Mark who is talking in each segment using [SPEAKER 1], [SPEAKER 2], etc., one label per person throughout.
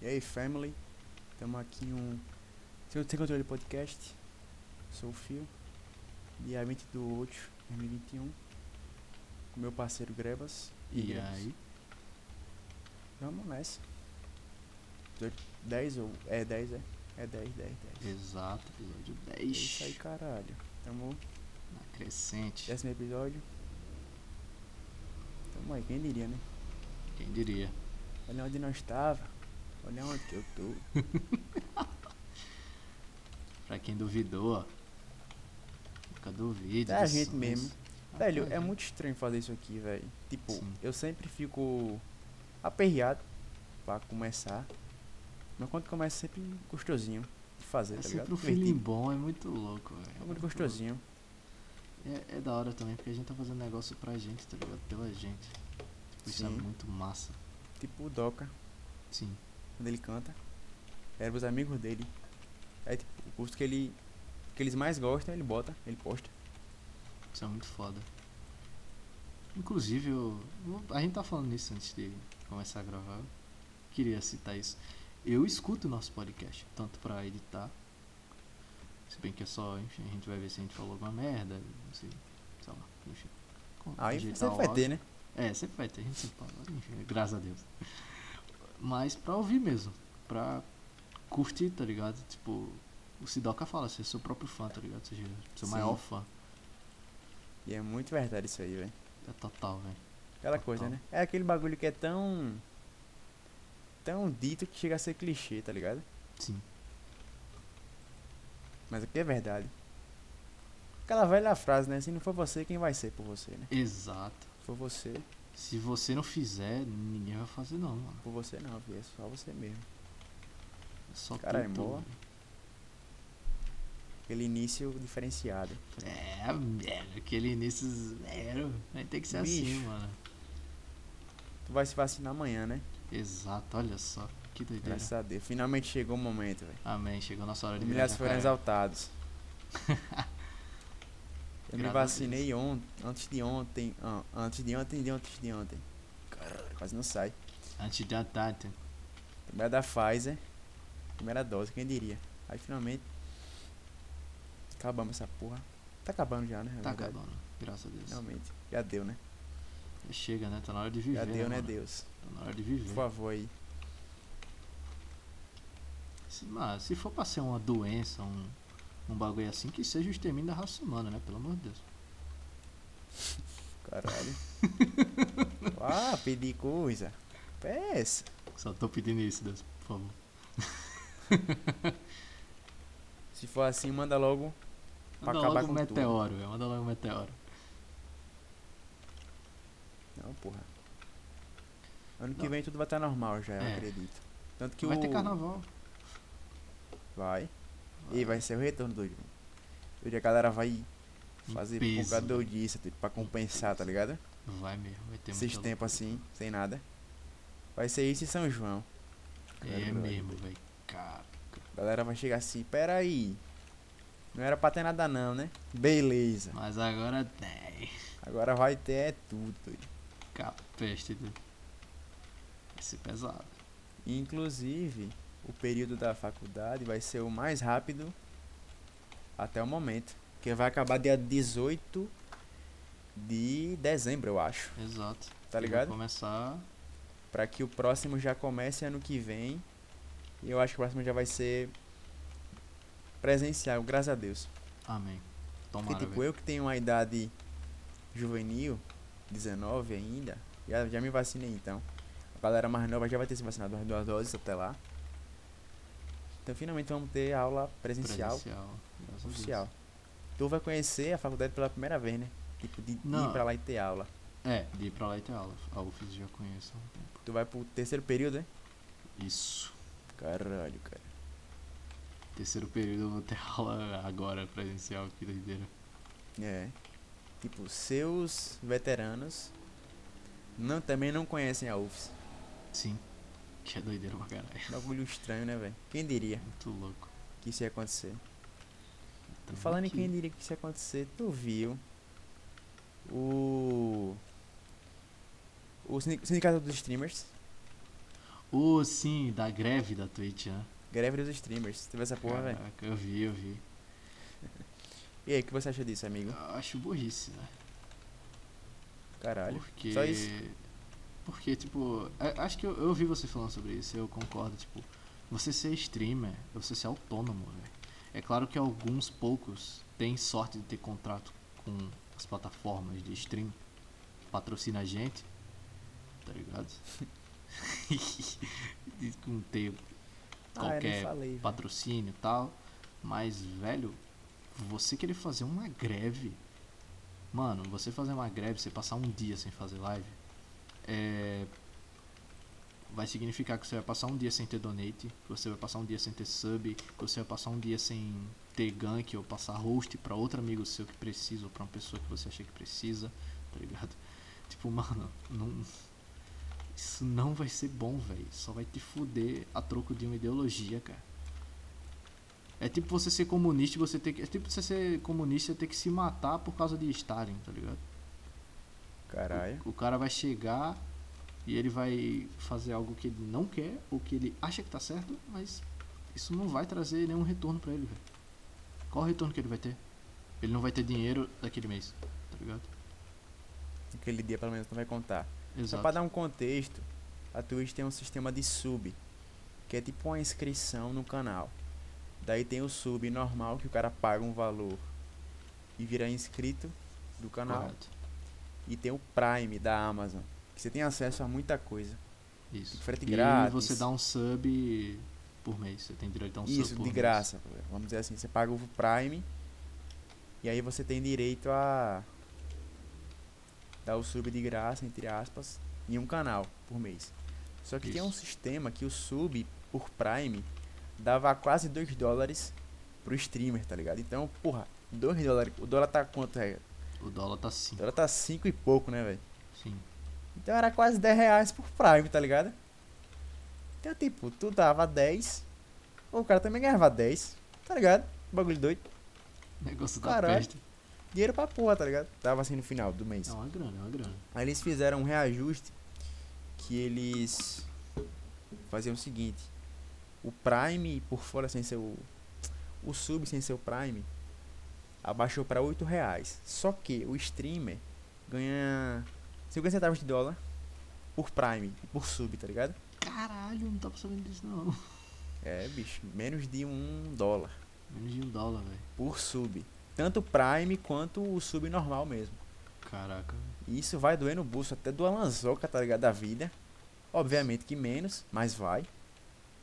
[SPEAKER 1] E aí, family? Estamos aqui em um. Sem sem controle podcast. Sou o Fio. Dia 20 de 8 de 2021. Com meu parceiro Grebas.
[SPEAKER 2] E
[SPEAKER 1] Grebas.
[SPEAKER 2] aí?
[SPEAKER 1] Vamos nessa. 10 ou. É 10, é? É 10, 10, 10.
[SPEAKER 2] Exato, episódio
[SPEAKER 1] É isso aí, É.
[SPEAKER 2] 10.
[SPEAKER 1] caralho. Tamo.
[SPEAKER 2] Na crescente.
[SPEAKER 1] Décimo episódio. Tamo aí, quem diria, né?
[SPEAKER 2] Quem diria?
[SPEAKER 1] Olha onde não estava. Olha onde que eu tô.
[SPEAKER 2] Pra quem duvidou, ó. Nunca duvide.
[SPEAKER 1] Da
[SPEAKER 2] dos
[SPEAKER 1] É gente
[SPEAKER 2] sonhos.
[SPEAKER 1] mesmo.
[SPEAKER 2] Ah,
[SPEAKER 1] Velho,
[SPEAKER 2] da
[SPEAKER 1] é
[SPEAKER 2] gente.
[SPEAKER 1] muito estranho fazer isso aqui, velho. Tipo,
[SPEAKER 2] Sim.
[SPEAKER 1] eu sempre fico aperreado pra começar. Mas quando começa, é sempre gostosinho de fazer,
[SPEAKER 2] É
[SPEAKER 1] tá
[SPEAKER 2] sempre
[SPEAKER 1] ligado?
[SPEAKER 2] um feeling bom, é muito louco, velho.
[SPEAKER 1] É
[SPEAKER 2] muito
[SPEAKER 1] muito gostosinho.
[SPEAKER 2] louco. É, é da hora também, porque a gente tá fazendo negócio pra gente, tá ligado? Pela gente. Tipo, isso é
[SPEAKER 1] Sim.
[SPEAKER 2] muito massa.
[SPEAKER 1] Tipo o Doca,
[SPEAKER 2] Sim.
[SPEAKER 1] quando ele canta. Era os amigos dele. Aí, tipo, o curso que ele. que eles mais gostam, ele bota, ele posta.
[SPEAKER 2] Isso é muito foda. Inclusive, eu, eu- a gente tá falando nisso antes de começar a gravar. Eu queria citar isso. Eu escuto o nosso podcast, tanto pra editar. Se bem que é só, enfim, a gente vai ver se a gente falou alguma merda, não sei, sei lá, enfim. Com-
[SPEAKER 1] Aí
[SPEAKER 2] ajeitar
[SPEAKER 1] você
[SPEAKER 2] o
[SPEAKER 1] vai
[SPEAKER 2] áudio.
[SPEAKER 1] ter, né?
[SPEAKER 2] É, sempre vai ter, a gente sempre fala, enfim, graças a Deus. Mas pra ouvir mesmo, pra curtir, tá ligado? Tipo, o Sidoca fala, você é seu próprio fã, tá ligado? Seja seu
[SPEAKER 1] Sim.
[SPEAKER 2] maior fã.
[SPEAKER 1] E é muito verdade isso aí, velho.
[SPEAKER 2] É total, velho.
[SPEAKER 1] Aquela coisa,
[SPEAKER 2] Total.
[SPEAKER 1] né? É aquele bagulho que é tão. tão dito que chega a ser clichê, tá ligado?
[SPEAKER 2] Sim.
[SPEAKER 1] Mas aqui é verdade. Aquela velha frase, né? Se não for você, quem vai ser por você, né?
[SPEAKER 2] Exato.
[SPEAKER 1] Se for você,
[SPEAKER 2] Se você não fizer, ninguém vai fazer não, mano.
[SPEAKER 1] por você não, vi, é só você mesmo.
[SPEAKER 2] É só
[SPEAKER 1] Caralho,
[SPEAKER 2] tu,
[SPEAKER 1] boa.
[SPEAKER 2] tu.
[SPEAKER 1] Aquele início diferenciado.
[SPEAKER 2] É, velho, aquele início zero. Aí tem é, que ser assim,
[SPEAKER 1] Bicho.
[SPEAKER 2] mano.
[SPEAKER 1] Tu vai se vacinar amanhã, né?
[SPEAKER 2] Exato, olha só. Que doideira.
[SPEAKER 1] Graças a Deus. Finalmente chegou o momento, velho.
[SPEAKER 2] Amém, chegou a nossa hora de virar
[SPEAKER 1] Humilhados foram
[SPEAKER 2] jacaré.
[SPEAKER 1] exaltados. Eu me
[SPEAKER 2] Graças a
[SPEAKER 1] vacinei ontem, antes de ontem, ah, antes de ontem, de antes de ontem. Caralho, quase não sai.
[SPEAKER 2] Antes de ataque.
[SPEAKER 1] É Primeira da Pfizer, primeira dose, quem diria. Aí finalmente, acabamos essa porra. Tá acabando já, né? na
[SPEAKER 2] Tá
[SPEAKER 1] verdade.
[SPEAKER 2] acabando. Graças a Deus.
[SPEAKER 1] Finalmente. Já deu, né?
[SPEAKER 2] Chega, né? Tá na hora de viver.
[SPEAKER 1] Já deu, né,
[SPEAKER 2] mano?
[SPEAKER 1] Deus?
[SPEAKER 2] Tá na hora de
[SPEAKER 1] Por
[SPEAKER 2] viver.
[SPEAKER 1] favor aí.
[SPEAKER 2] Se, mano, se for pra ser uma doença, um, um bagulho assim, que seja o extermínio da raça humana, né? Pelo amor de Deus.
[SPEAKER 1] Caralho. ah, pedi coisa. Peça.
[SPEAKER 2] Só tô pedindo isso, Deus, por favor.
[SPEAKER 1] Se for assim, manda logo. Pra
[SPEAKER 2] Manda
[SPEAKER 1] acabar
[SPEAKER 2] logo um
[SPEAKER 1] com tudo.
[SPEAKER 2] meteoro, velho. Manda logo um meteoro.
[SPEAKER 1] Não, porra. Ano que
[SPEAKER 2] Não.
[SPEAKER 1] vem tudo vai estar normal já, eu
[SPEAKER 2] É.
[SPEAKER 1] acredito. Tanto que
[SPEAKER 2] vai
[SPEAKER 1] o...
[SPEAKER 2] ter carnaval.
[SPEAKER 1] Vai. E vai ser o retorno do Jun. Hoje a galera vai
[SPEAKER 2] Em
[SPEAKER 1] fazer
[SPEAKER 2] peso,
[SPEAKER 1] pouca doidice, tipo, pra compensar, tá ligado?
[SPEAKER 2] Vai mesmo, vai ter
[SPEAKER 1] Esses
[SPEAKER 2] muita
[SPEAKER 1] tempos assim, sem nada. Vai ser isso em São João.
[SPEAKER 2] luta. É
[SPEAKER 1] Caralho,
[SPEAKER 2] mesmo, velho. Cara.
[SPEAKER 1] A galera vai chegar assim, peraí. Não era pra ter nada não, né? Beleza.
[SPEAKER 2] Mas agora tem.
[SPEAKER 1] Agora vai ter é tudo. doido.
[SPEAKER 2] Capeste. doido. Vai ser pesado.
[SPEAKER 1] Inclusive, o período da faculdade vai ser o mais rápido até o momento. Que vai acabar dia 18 de dezembro, eu acho.
[SPEAKER 2] Exato.
[SPEAKER 1] Tá
[SPEAKER 2] E Vai
[SPEAKER 1] ligado?
[SPEAKER 2] começar.
[SPEAKER 1] Pra que o próximo já comece ano que vem. E eu acho que o próximo já vai ser presencial, graças a Deus.
[SPEAKER 2] Amém.
[SPEAKER 1] Porque,
[SPEAKER 2] Tomara,
[SPEAKER 1] tipo,
[SPEAKER 2] velho.
[SPEAKER 1] eu que tenho uma idade juvenil, 19 ainda, já, já me vacinei então. A galera mais nova já vai ter se vacinado as duas doses até lá. Então, finalmente vamos ter aula presencial,
[SPEAKER 2] Presencial. graças a Deus.
[SPEAKER 1] oficial. Tu vai conhecer a faculdade pela primeira vez, né? Tipo, de
[SPEAKER 2] Não.
[SPEAKER 1] ir pra lá e ter aula.
[SPEAKER 2] É, de ir pra lá e ter aula. A UFIS já conheço há um tempo.
[SPEAKER 1] Tu vai pro terceiro período, né?
[SPEAKER 2] Isso.
[SPEAKER 1] Caralho, cara.
[SPEAKER 2] Terceiro período eu vou ter aula agora presencial, que doideira.
[SPEAKER 1] É. Tipo, seus veteranos não, também não conhecem a UFS.
[SPEAKER 2] Sim. Que é doideira pra caralho.
[SPEAKER 1] Bagulho estranho, né, velho? Quem diria
[SPEAKER 2] Muito louco.
[SPEAKER 1] que isso ia acontecer?
[SPEAKER 2] Tamo
[SPEAKER 1] Falando em
[SPEAKER 2] aqui.
[SPEAKER 1] quem diria que isso ia acontecer, tu viu o. O sini- sindicato dos streamers
[SPEAKER 2] Ô, sim, da greve da Twitch, né?
[SPEAKER 1] Greve dos streamers. Teve essa porra, velho.
[SPEAKER 2] Caraca, eu vi, eu vi.
[SPEAKER 1] E aí, o que você acha disso, amigo?
[SPEAKER 2] Eu acho burrice, né?
[SPEAKER 1] Caralho.
[SPEAKER 2] Porque.
[SPEAKER 1] Só isso.
[SPEAKER 2] Porque, tipo, a- acho que eu, eu ouvi você falando sobre isso, eu concordo, tipo, você ser streamer, é você ser autônomo, velho. É claro que alguns poucos têm sorte de ter contrato com as plataformas de stream que patrocina a gente, tá ligado? E com
[SPEAKER 1] ah,
[SPEAKER 2] ter
[SPEAKER 1] eu nem
[SPEAKER 2] qualquer
[SPEAKER 1] falei. velho.
[SPEAKER 2] patrocínio e tal. Mas, velho, você querer fazer uma greve. Mano, você fazer uma greve, você passar um dia sem fazer live. É. Vai significar que você vai passar um dia sem ter donate, que você vai passar um dia sem ter sub, que você vai passar um dia sem ter gank ou passar host pra outro amigo seu que precisa ou pra uma pessoa que você acha que precisa, tá ligado? Tipo, mano, não, isso não vai ser bom, velho. Só vai te fuder a troco de uma ideologia, cara. É tipo você ser comunista e você ter que. É tipo você ser comunista e ter que se matar por causa de Stalin, tá ligado?
[SPEAKER 1] Caralho.
[SPEAKER 2] O, o cara vai chegar e ele vai fazer algo que ele não quer ou que ele acha que tá certo, mas isso não vai trazer nenhum retorno pra ele, velho. Qual o retorno que ele vai ter? Ele não vai ter dinheiro daquele mês, tá ligado?
[SPEAKER 1] Aquele dia pelo menos não vai contar. Só
[SPEAKER 2] Exato.
[SPEAKER 1] pra dar um contexto, a Twitch tem um sistema de sub, que é tipo uma inscrição no canal. Daí tem o sub normal, que o cara paga um valor e vira inscrito do canal.
[SPEAKER 2] Correto.
[SPEAKER 1] E tem o Prime da Amazon, que você tem acesso a muita coisa.
[SPEAKER 2] Isso.
[SPEAKER 1] De frete
[SPEAKER 2] e
[SPEAKER 1] grátis.
[SPEAKER 2] você dá um sub por mês. Você tem direito a um sub
[SPEAKER 1] Isso,
[SPEAKER 2] por
[SPEAKER 1] de
[SPEAKER 2] mês.
[SPEAKER 1] graça. Vamos dizer assim, você paga o Prime e aí você tem direito a dar o sub de graça, entre aspas, em um canal por mês. Só que tem um
[SPEAKER 2] Isso.
[SPEAKER 1] sistema que o sub por Prime dava quase 2 dólares pro streamer, tá ligado? Então, porra, 2 dólares, o dólar tá quanto, é?
[SPEAKER 2] O dólar tá
[SPEAKER 1] O
[SPEAKER 2] 5.
[SPEAKER 1] dólar tá 5 e pouco, né, velho?
[SPEAKER 2] Sim.
[SPEAKER 1] Então era quase 10 reais por Prime, tá ligado? Então, tipo, tu dava 10, o cara também ganhava 10, tá ligado? Bagulho doido.
[SPEAKER 2] Negócio tá da
[SPEAKER 1] Caralho.
[SPEAKER 2] peste.
[SPEAKER 1] Dinheiro pra porra, tá ligado? Tava assim no final do mês.
[SPEAKER 2] É uma grana, é uma grana.
[SPEAKER 1] Aí eles fizeram um reajuste que eles faziam o seguinte: o Prime por fora sem seu o sub sem seu Prime abaixou pra 8 reais. Só que o streamer ganha 50 centavos de dólar por Prime e por sub, tá ligado?
[SPEAKER 2] Caralho, não tava sabendo disso não.
[SPEAKER 1] É, bicho, menos de um dólar
[SPEAKER 2] Menos de um dólar, velho.
[SPEAKER 1] por sub. Tanto o Prime quanto o sub normal mesmo.
[SPEAKER 2] Caraca.
[SPEAKER 1] E isso vai doer no bolso até do Alanzoca, tá ligado? Da vida. Obviamente que menos, mas vai.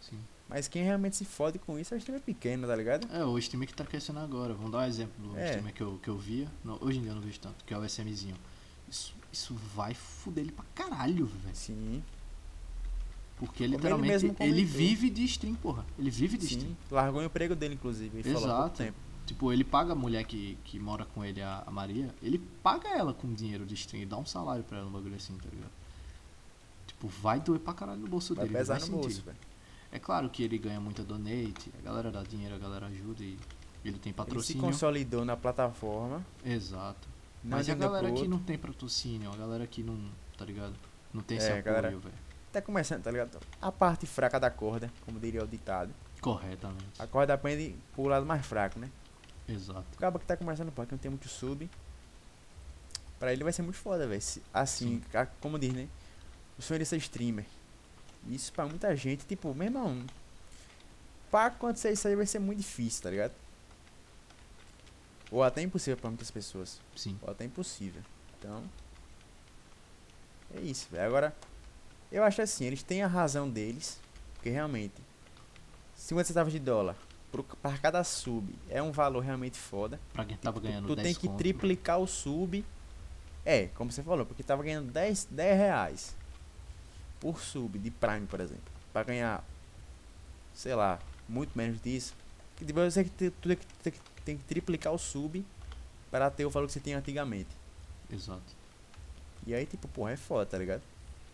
[SPEAKER 2] Sim.
[SPEAKER 1] Mas quem realmente se fode com isso é o time pequeno, tá ligado?
[SPEAKER 2] É, o streamer que tá crescendo agora. Vamos dar um exemplo do
[SPEAKER 1] É.
[SPEAKER 2] streamer que eu, que eu via. Não, hoje em dia eu não vejo tanto, que é o SMzinho. Isso, isso vai fuder ele pra caralho, velho.
[SPEAKER 1] Sim,
[SPEAKER 2] Porque
[SPEAKER 1] ele
[SPEAKER 2] literalmente
[SPEAKER 1] mesmo
[SPEAKER 2] ele,
[SPEAKER 1] comentou.
[SPEAKER 2] vive de stream, porra. Ele vive de stream.
[SPEAKER 1] sim. Largou o emprego dele, inclusive. Ele falou há pouco
[SPEAKER 2] Exato.
[SPEAKER 1] tempo.
[SPEAKER 2] Tipo, ele paga a mulher que, que mora com ele, a, a Maria, ele paga ela com dinheiro de stream, dá um salário pra ela, um bagulho assim, tá ligado? Tipo, vai doer pra caralho no bolso
[SPEAKER 1] Vai
[SPEAKER 2] dele.
[SPEAKER 1] pesar
[SPEAKER 2] ele
[SPEAKER 1] no
[SPEAKER 2] vai sentir.
[SPEAKER 1] bolso, velho.
[SPEAKER 2] É claro que ele ganha muita donate, a galera dá dinheiro, a galera ajuda e ele tem
[SPEAKER 1] Ele se
[SPEAKER 2] patrocínio.
[SPEAKER 1] consolidou na plataforma.
[SPEAKER 2] Exato.
[SPEAKER 1] Não
[SPEAKER 2] Mas e a
[SPEAKER 1] adianta
[SPEAKER 2] galera
[SPEAKER 1] pro
[SPEAKER 2] que
[SPEAKER 1] outro.
[SPEAKER 2] não tem patrocínio, a galera que não, tá ligado? Não tem esse
[SPEAKER 1] É, galera-
[SPEAKER 2] apoio, velho.
[SPEAKER 1] Tá começando, tá ligado? A parte fraca da corda, como diria o ditado.
[SPEAKER 2] Corretamente.
[SPEAKER 1] A corda pende pro lado mais fraco, né?
[SPEAKER 2] Exato.
[SPEAKER 1] O cara que tá começando, pô, que não tem muito sub. Pra ele vai ser muito foda, velho. Se- Assim, a- como diz, né? O sonho de ser streamer. Isso pra muita gente, tipo, meu irmão. Pra acontecer isso aí vai ser muito difícil, tá ligado? Ou até impossível pra muitas pessoas.
[SPEAKER 2] Sim.
[SPEAKER 1] Ou até impossível. Então. É isso, velho. Agora, eu acho assim, eles têm a razão deles. Porque realmente, 50 centavos de dólar pro- pra cada sub é um valor realmente foda.
[SPEAKER 2] Pra quem tava
[SPEAKER 1] Tu-
[SPEAKER 2] ganhando
[SPEAKER 1] tu
[SPEAKER 2] 10
[SPEAKER 1] tem que
[SPEAKER 2] conto,
[SPEAKER 1] triplicar o sub. É, como você falou, porque tava ganhando 10, 10 reais por sub de Prime, por exemplo. Pra ganhar, sei lá, muito menos disso. Que depois você tem que, tu tem que- tem que, tem que triplicar o sub para ter o valor que você tinha antigamente.
[SPEAKER 2] Exato.
[SPEAKER 1] E aí, tipo, porra, é foda, tá ligado?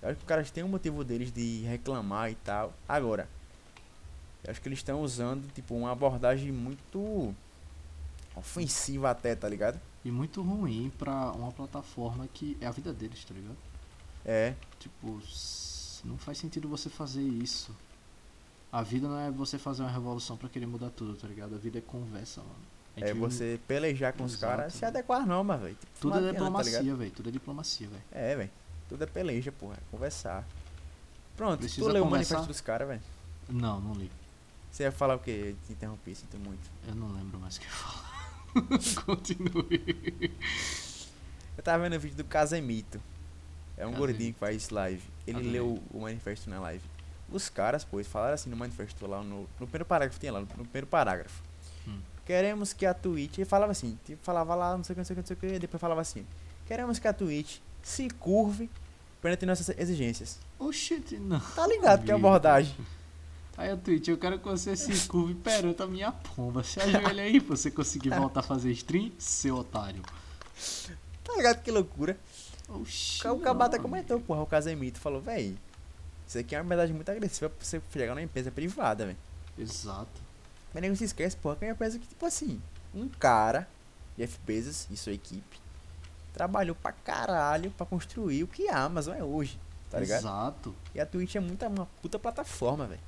[SPEAKER 1] Eu acho que os caras têm um motivo deles de reclamar e tal. Agora, eu acho que eles estão usando, tipo, uma abordagem muito ofensiva até, tá ligado?
[SPEAKER 2] E muito ruim pra uma plataforma que é a vida deles, tá ligado?
[SPEAKER 1] É,
[SPEAKER 2] Tipo, s- Alice, não faz sentido você fazer isso. A vida não é você fazer uma revolução pra querer mudar tudo, tá ligado? A vida é conversa, mano. A
[SPEAKER 1] É
[SPEAKER 2] gente vive-
[SPEAKER 1] você pelejar com os
[SPEAKER 2] Exato,
[SPEAKER 1] caras, se
[SPEAKER 2] né?
[SPEAKER 1] adequar não, mas, velho.
[SPEAKER 2] Tudo é
[SPEAKER 1] Tá ligado?
[SPEAKER 2] diplomacia, velho. Tudo é diplomacia, velho.
[SPEAKER 1] É, velho. Tudo é peleja, porra. É conversar. Pronto,
[SPEAKER 2] Precisa
[SPEAKER 1] tu leu o
[SPEAKER 2] conversar?
[SPEAKER 1] manifesto dos caras, velho.
[SPEAKER 2] Não, não li.
[SPEAKER 1] Você ia falar o quê? Eu te interrompi, sinto muito.
[SPEAKER 2] Eu não lembro mais o que eu ia falar. Continue.
[SPEAKER 1] Eu tava vendo o vídeo do Casemito. É um
[SPEAKER 2] Casemito.
[SPEAKER 1] gordinho que faz live. Ele
[SPEAKER 2] Adorei.
[SPEAKER 1] leu o manifesto na live. Os caras, pô, eles falaram assim no manifesto lá, no, no primeiro parágrafo, tem lá, no, no primeiro parágrafo.
[SPEAKER 2] Hum.
[SPEAKER 1] Queremos que a Twitch. Ele falava assim, tipo, falava lá, não sei o que, não sei o que, não sei o que, depois falava assim. Queremos que a Twitch se curve perante nossas exigências.
[SPEAKER 2] Oxente, Oh, não.
[SPEAKER 1] Tá ligado que é
[SPEAKER 2] Amigo.
[SPEAKER 1] abordagem.
[SPEAKER 2] Aí a Twitch, eu quero que você se curve perante a minha pomba. Se ajoelha aí pra você conseguir voltar a fazer stream, seu otário.
[SPEAKER 1] Tá ligado que loucura?
[SPEAKER 2] Oxi.
[SPEAKER 1] O Cabata
[SPEAKER 2] não,
[SPEAKER 1] comentou, porra, o Casemito falou, véi. Isso aqui é uma verdade muito agressiva pra você chegar numa empresa privada, velho.
[SPEAKER 2] amigo. Exato.
[SPEAKER 1] Mas nem se esquece, porra, que é uma empresa que, tipo assim, um cara, Jeff Bezos e sua equipe, trabalhou pra caralho pra construir o que a Amazon é hoje, tá ligado?
[SPEAKER 2] Exato.
[SPEAKER 1] E a Twitch é muita, uma puta plataforma, velho.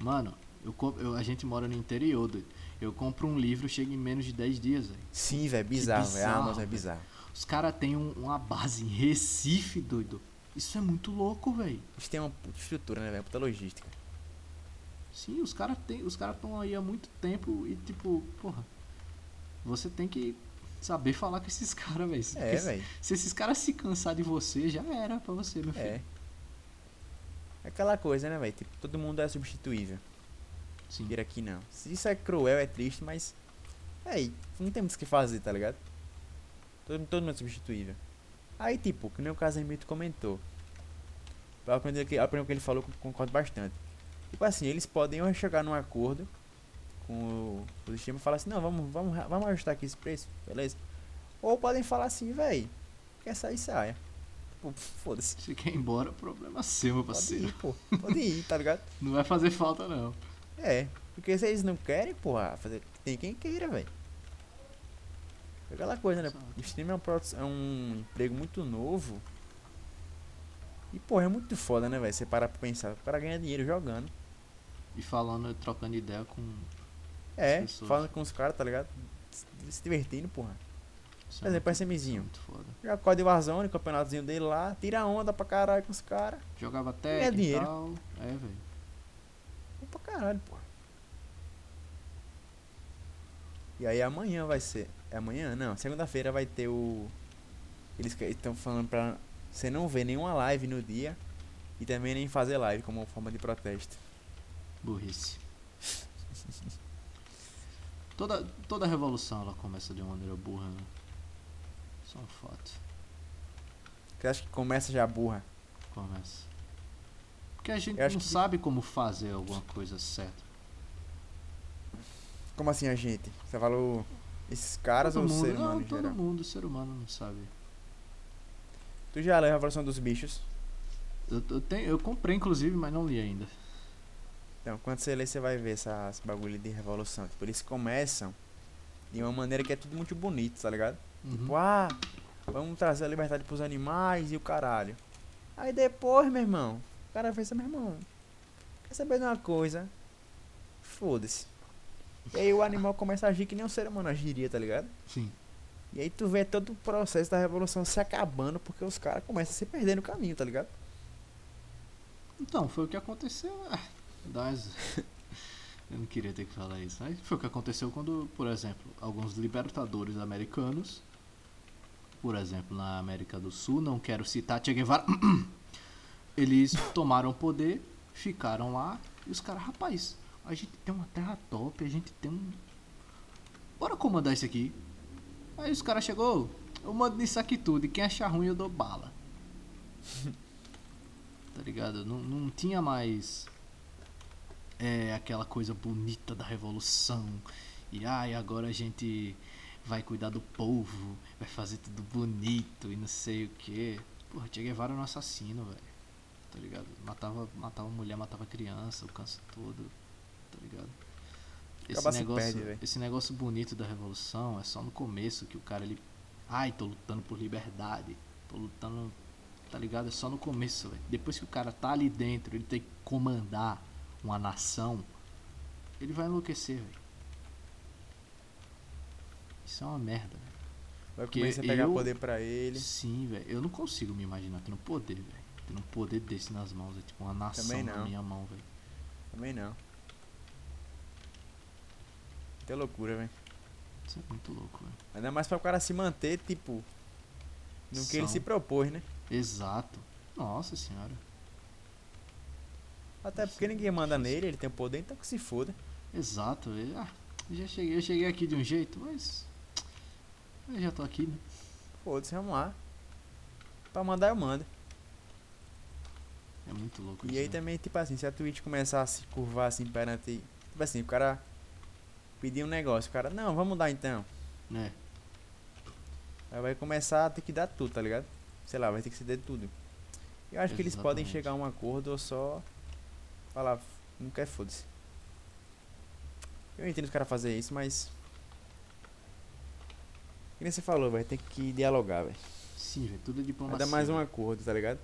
[SPEAKER 2] Mano, eu, comp- eu- a gente mora no interior, doido. Eu compro um livro, chega em menos de 10 dias, velho.
[SPEAKER 1] Sim, velho, bizarro, velho. A
[SPEAKER 2] bizarro,
[SPEAKER 1] Amazon é
[SPEAKER 2] velho.
[SPEAKER 1] bizarro.
[SPEAKER 2] Os caras têm um- uma base em Recife, doido. Isso é muito louco, velho.
[SPEAKER 1] Eles têm uma puta estrutura, né, velho? Puta logística.
[SPEAKER 2] Sim, os caras têm, os caras estão aí há muito tempo e tipo, porra, você tem que saber falar com esses caras, velho.
[SPEAKER 1] É,
[SPEAKER 2] Porque se-
[SPEAKER 1] velho.
[SPEAKER 2] Se esses caras se cansar de você, já era pra você, meu filho.
[SPEAKER 1] É. Aquela coisa, né, velho? Tipo, todo mundo é substituível.
[SPEAKER 2] Sim.
[SPEAKER 1] Vira aqui não. Se Isso é cruel, é triste, mas. Aí, não temos o que fazer, tá ligado? Todo, todo mundo é substituível. Aí, tipo, que nem o Casemiro comentou. Eu aprendi que, aprendi que ele falou, que eu concordo bastante. Tipo assim, eles podem ou chegar num acordo com o, o sistema e falar assim: não, vamos, vamos, vamos ajustar aqui esse preço, beleza? Ou podem falar assim, véi, quer sair, saia. Tipo, foda-se.
[SPEAKER 2] Se quer ir embora, problema é seu, meu
[SPEAKER 1] Pode ir,
[SPEAKER 2] parceiro.
[SPEAKER 1] pô. Pode ir, tá ligado?
[SPEAKER 2] Não vai fazer falta, não.
[SPEAKER 1] É, porque se eles não querem, porra, fazer... tem quem queira, velho. É Aquela coisa, né?
[SPEAKER 2] Exato.
[SPEAKER 1] O stream é um, produ- é um emprego muito novo. E, porra, é muito foda, né, velho? Você parar pra pensar. O cara ganha dinheiro jogando.
[SPEAKER 2] E falando, trocando ideia com.
[SPEAKER 1] É,
[SPEAKER 2] pessoas.
[SPEAKER 1] falando com os caras, tá ligado? Se- Se divertindo, porra.
[SPEAKER 2] Isso
[SPEAKER 1] Por
[SPEAKER 2] é
[SPEAKER 1] exemplo,
[SPEAKER 2] muito,
[SPEAKER 1] parece Mizinho.
[SPEAKER 2] muito foda.
[SPEAKER 1] Joga COD Warzone, campeonatozinho dele lá. Tira onda pra caralho com os caras.
[SPEAKER 2] Jogava
[SPEAKER 1] Ganha
[SPEAKER 2] até e
[SPEAKER 1] dinheiro.
[SPEAKER 2] tal. É, velho.
[SPEAKER 1] Bom pra caralho, porra. E aí amanhã vai ser. É amanhã? Não, segunda-feira vai ter o. Eles estão falando pra você não ver nenhuma live no dia e também nem fazer live como forma de protesto.
[SPEAKER 2] Burrice. toda, toda revolução ela começa de uma maneira burra, né? Só um fato.
[SPEAKER 1] Você acha que começa já burra?
[SPEAKER 2] Começa. Porque a gente
[SPEAKER 1] Eu acho
[SPEAKER 2] não
[SPEAKER 1] que-
[SPEAKER 2] sabe como fazer alguma coisa certa.
[SPEAKER 1] Como assim a gente? Você falou esses caras
[SPEAKER 2] todo
[SPEAKER 1] ou
[SPEAKER 2] mundo,
[SPEAKER 1] ser humano
[SPEAKER 2] não,
[SPEAKER 1] em
[SPEAKER 2] todo
[SPEAKER 1] geral?
[SPEAKER 2] mundo, ser humano não sabe.
[SPEAKER 1] Tu já leu a Revolução dos Bichos?
[SPEAKER 2] Eu, eu, tenho, eu comprei, inclusive, mas não li ainda.
[SPEAKER 1] Então, quando você lê, você vai ver essa, esse bagulho de revolução. Tipo, eles começam de uma maneira que é tudo muito bonito, tá ligado? Tipo,
[SPEAKER 2] Uhum.
[SPEAKER 1] ah, vamos trazer a liberdade pros animais e o caralho. Aí depois, meu irmão, o cara fez, meu irmão, quer saber de uma coisa? Foda-se. E aí o animal começa a agir que nem um ser humano agiria, tá ligado?
[SPEAKER 2] Sim.
[SPEAKER 1] E aí tu vê todo o processo da revolução se acabando porque os caras começam a se perder no caminho, tá ligado?
[SPEAKER 2] Então, foi o que aconteceu. Ah, dá umas- Eu não queria ter que falar isso. Mas foi o que aconteceu quando, por exemplo, alguns libertadores americanos, por exemplo, na América do Sul, não quero citar Che Guevara, eles tomaram o poder, ficaram lá, e os caras, rapaz, a gente tem uma terra top, a gente tem um. Bora comandar isso aqui. Aí os caras chegou, eu mando nisso aqui tudo, e quem achar ruim eu dou bala. tá ligado? Não, não tinha mais é, aquela coisa bonita da revolução. E ai, agora a gente vai cuidar do povo, vai fazer tudo bonito e não sei o que. Porra, Che Guevara era um assassino, velho. Tá ligado? Matava, matava mulher, matava criança, o câncer todo. Tá ligado? Esse
[SPEAKER 1] Acabar se
[SPEAKER 2] negócio,
[SPEAKER 1] perde, velho.
[SPEAKER 2] esse negócio bonito da revolução é só no começo que o cara ele. Ai, tô lutando por liberdade. Tô lutando tá ligado? É só no começo, velho. Depois que o cara tá ali dentro, ele tem que comandar uma nação, ele vai enlouquecer, velho. Isso é uma merda, velho.
[SPEAKER 1] Vai
[SPEAKER 2] Porque
[SPEAKER 1] começar a pegar
[SPEAKER 2] eu-
[SPEAKER 1] poder pra ele.
[SPEAKER 2] Sim, velho. Eu não consigo me imaginar tendo poder, velho. Tendo um poder desse nas mãos. É tipo uma nação
[SPEAKER 1] Também
[SPEAKER 2] na
[SPEAKER 1] não.
[SPEAKER 2] minha mão, velho.
[SPEAKER 1] Também não. Que loucura, velho.
[SPEAKER 2] Isso é muito louco, velho.
[SPEAKER 1] Ainda mais pra o cara se manter, tipo. No que ele
[SPEAKER 2] São.
[SPEAKER 1] se propôs, né?
[SPEAKER 2] Exato. Nossa senhora.
[SPEAKER 1] Até
[SPEAKER 2] Isso
[SPEAKER 1] porque
[SPEAKER 2] é
[SPEAKER 1] ninguém manda nele, ele tem o poder, então que se foda.
[SPEAKER 2] Exato, velho. Ah, já cheguei. Eu cheguei aqui de um jeito, mas. Eu já tô aqui, né?
[SPEAKER 1] Foda-se, vamos lá. Pra mandar eu mando.
[SPEAKER 2] É muito louco
[SPEAKER 1] E
[SPEAKER 2] isso.
[SPEAKER 1] aí
[SPEAKER 2] né?
[SPEAKER 1] também, tipo assim, se a Twitch começar a se curvar assim perante. Tipo assim, o cara pedir um negócio, o cara, não, vamos dar então.
[SPEAKER 2] Né?
[SPEAKER 1] Aí vai começar a ter que dar tudo, tá ligado? Sei lá, vai ter que ceder tudo. Eu acho que eles podem
[SPEAKER 2] Exatamente.
[SPEAKER 1] chegar a um acordo ou só falar, "F- não quer foda-se. Eu entendo os caras fazer isso, mas. Que nem você falou, vai ter que dialogar, velho.
[SPEAKER 2] Sim, velho. Tudo é
[SPEAKER 1] Vai
[SPEAKER 2] diplomacia.
[SPEAKER 1] dar mais um
[SPEAKER 2] velho.
[SPEAKER 1] acordo, tá ligado?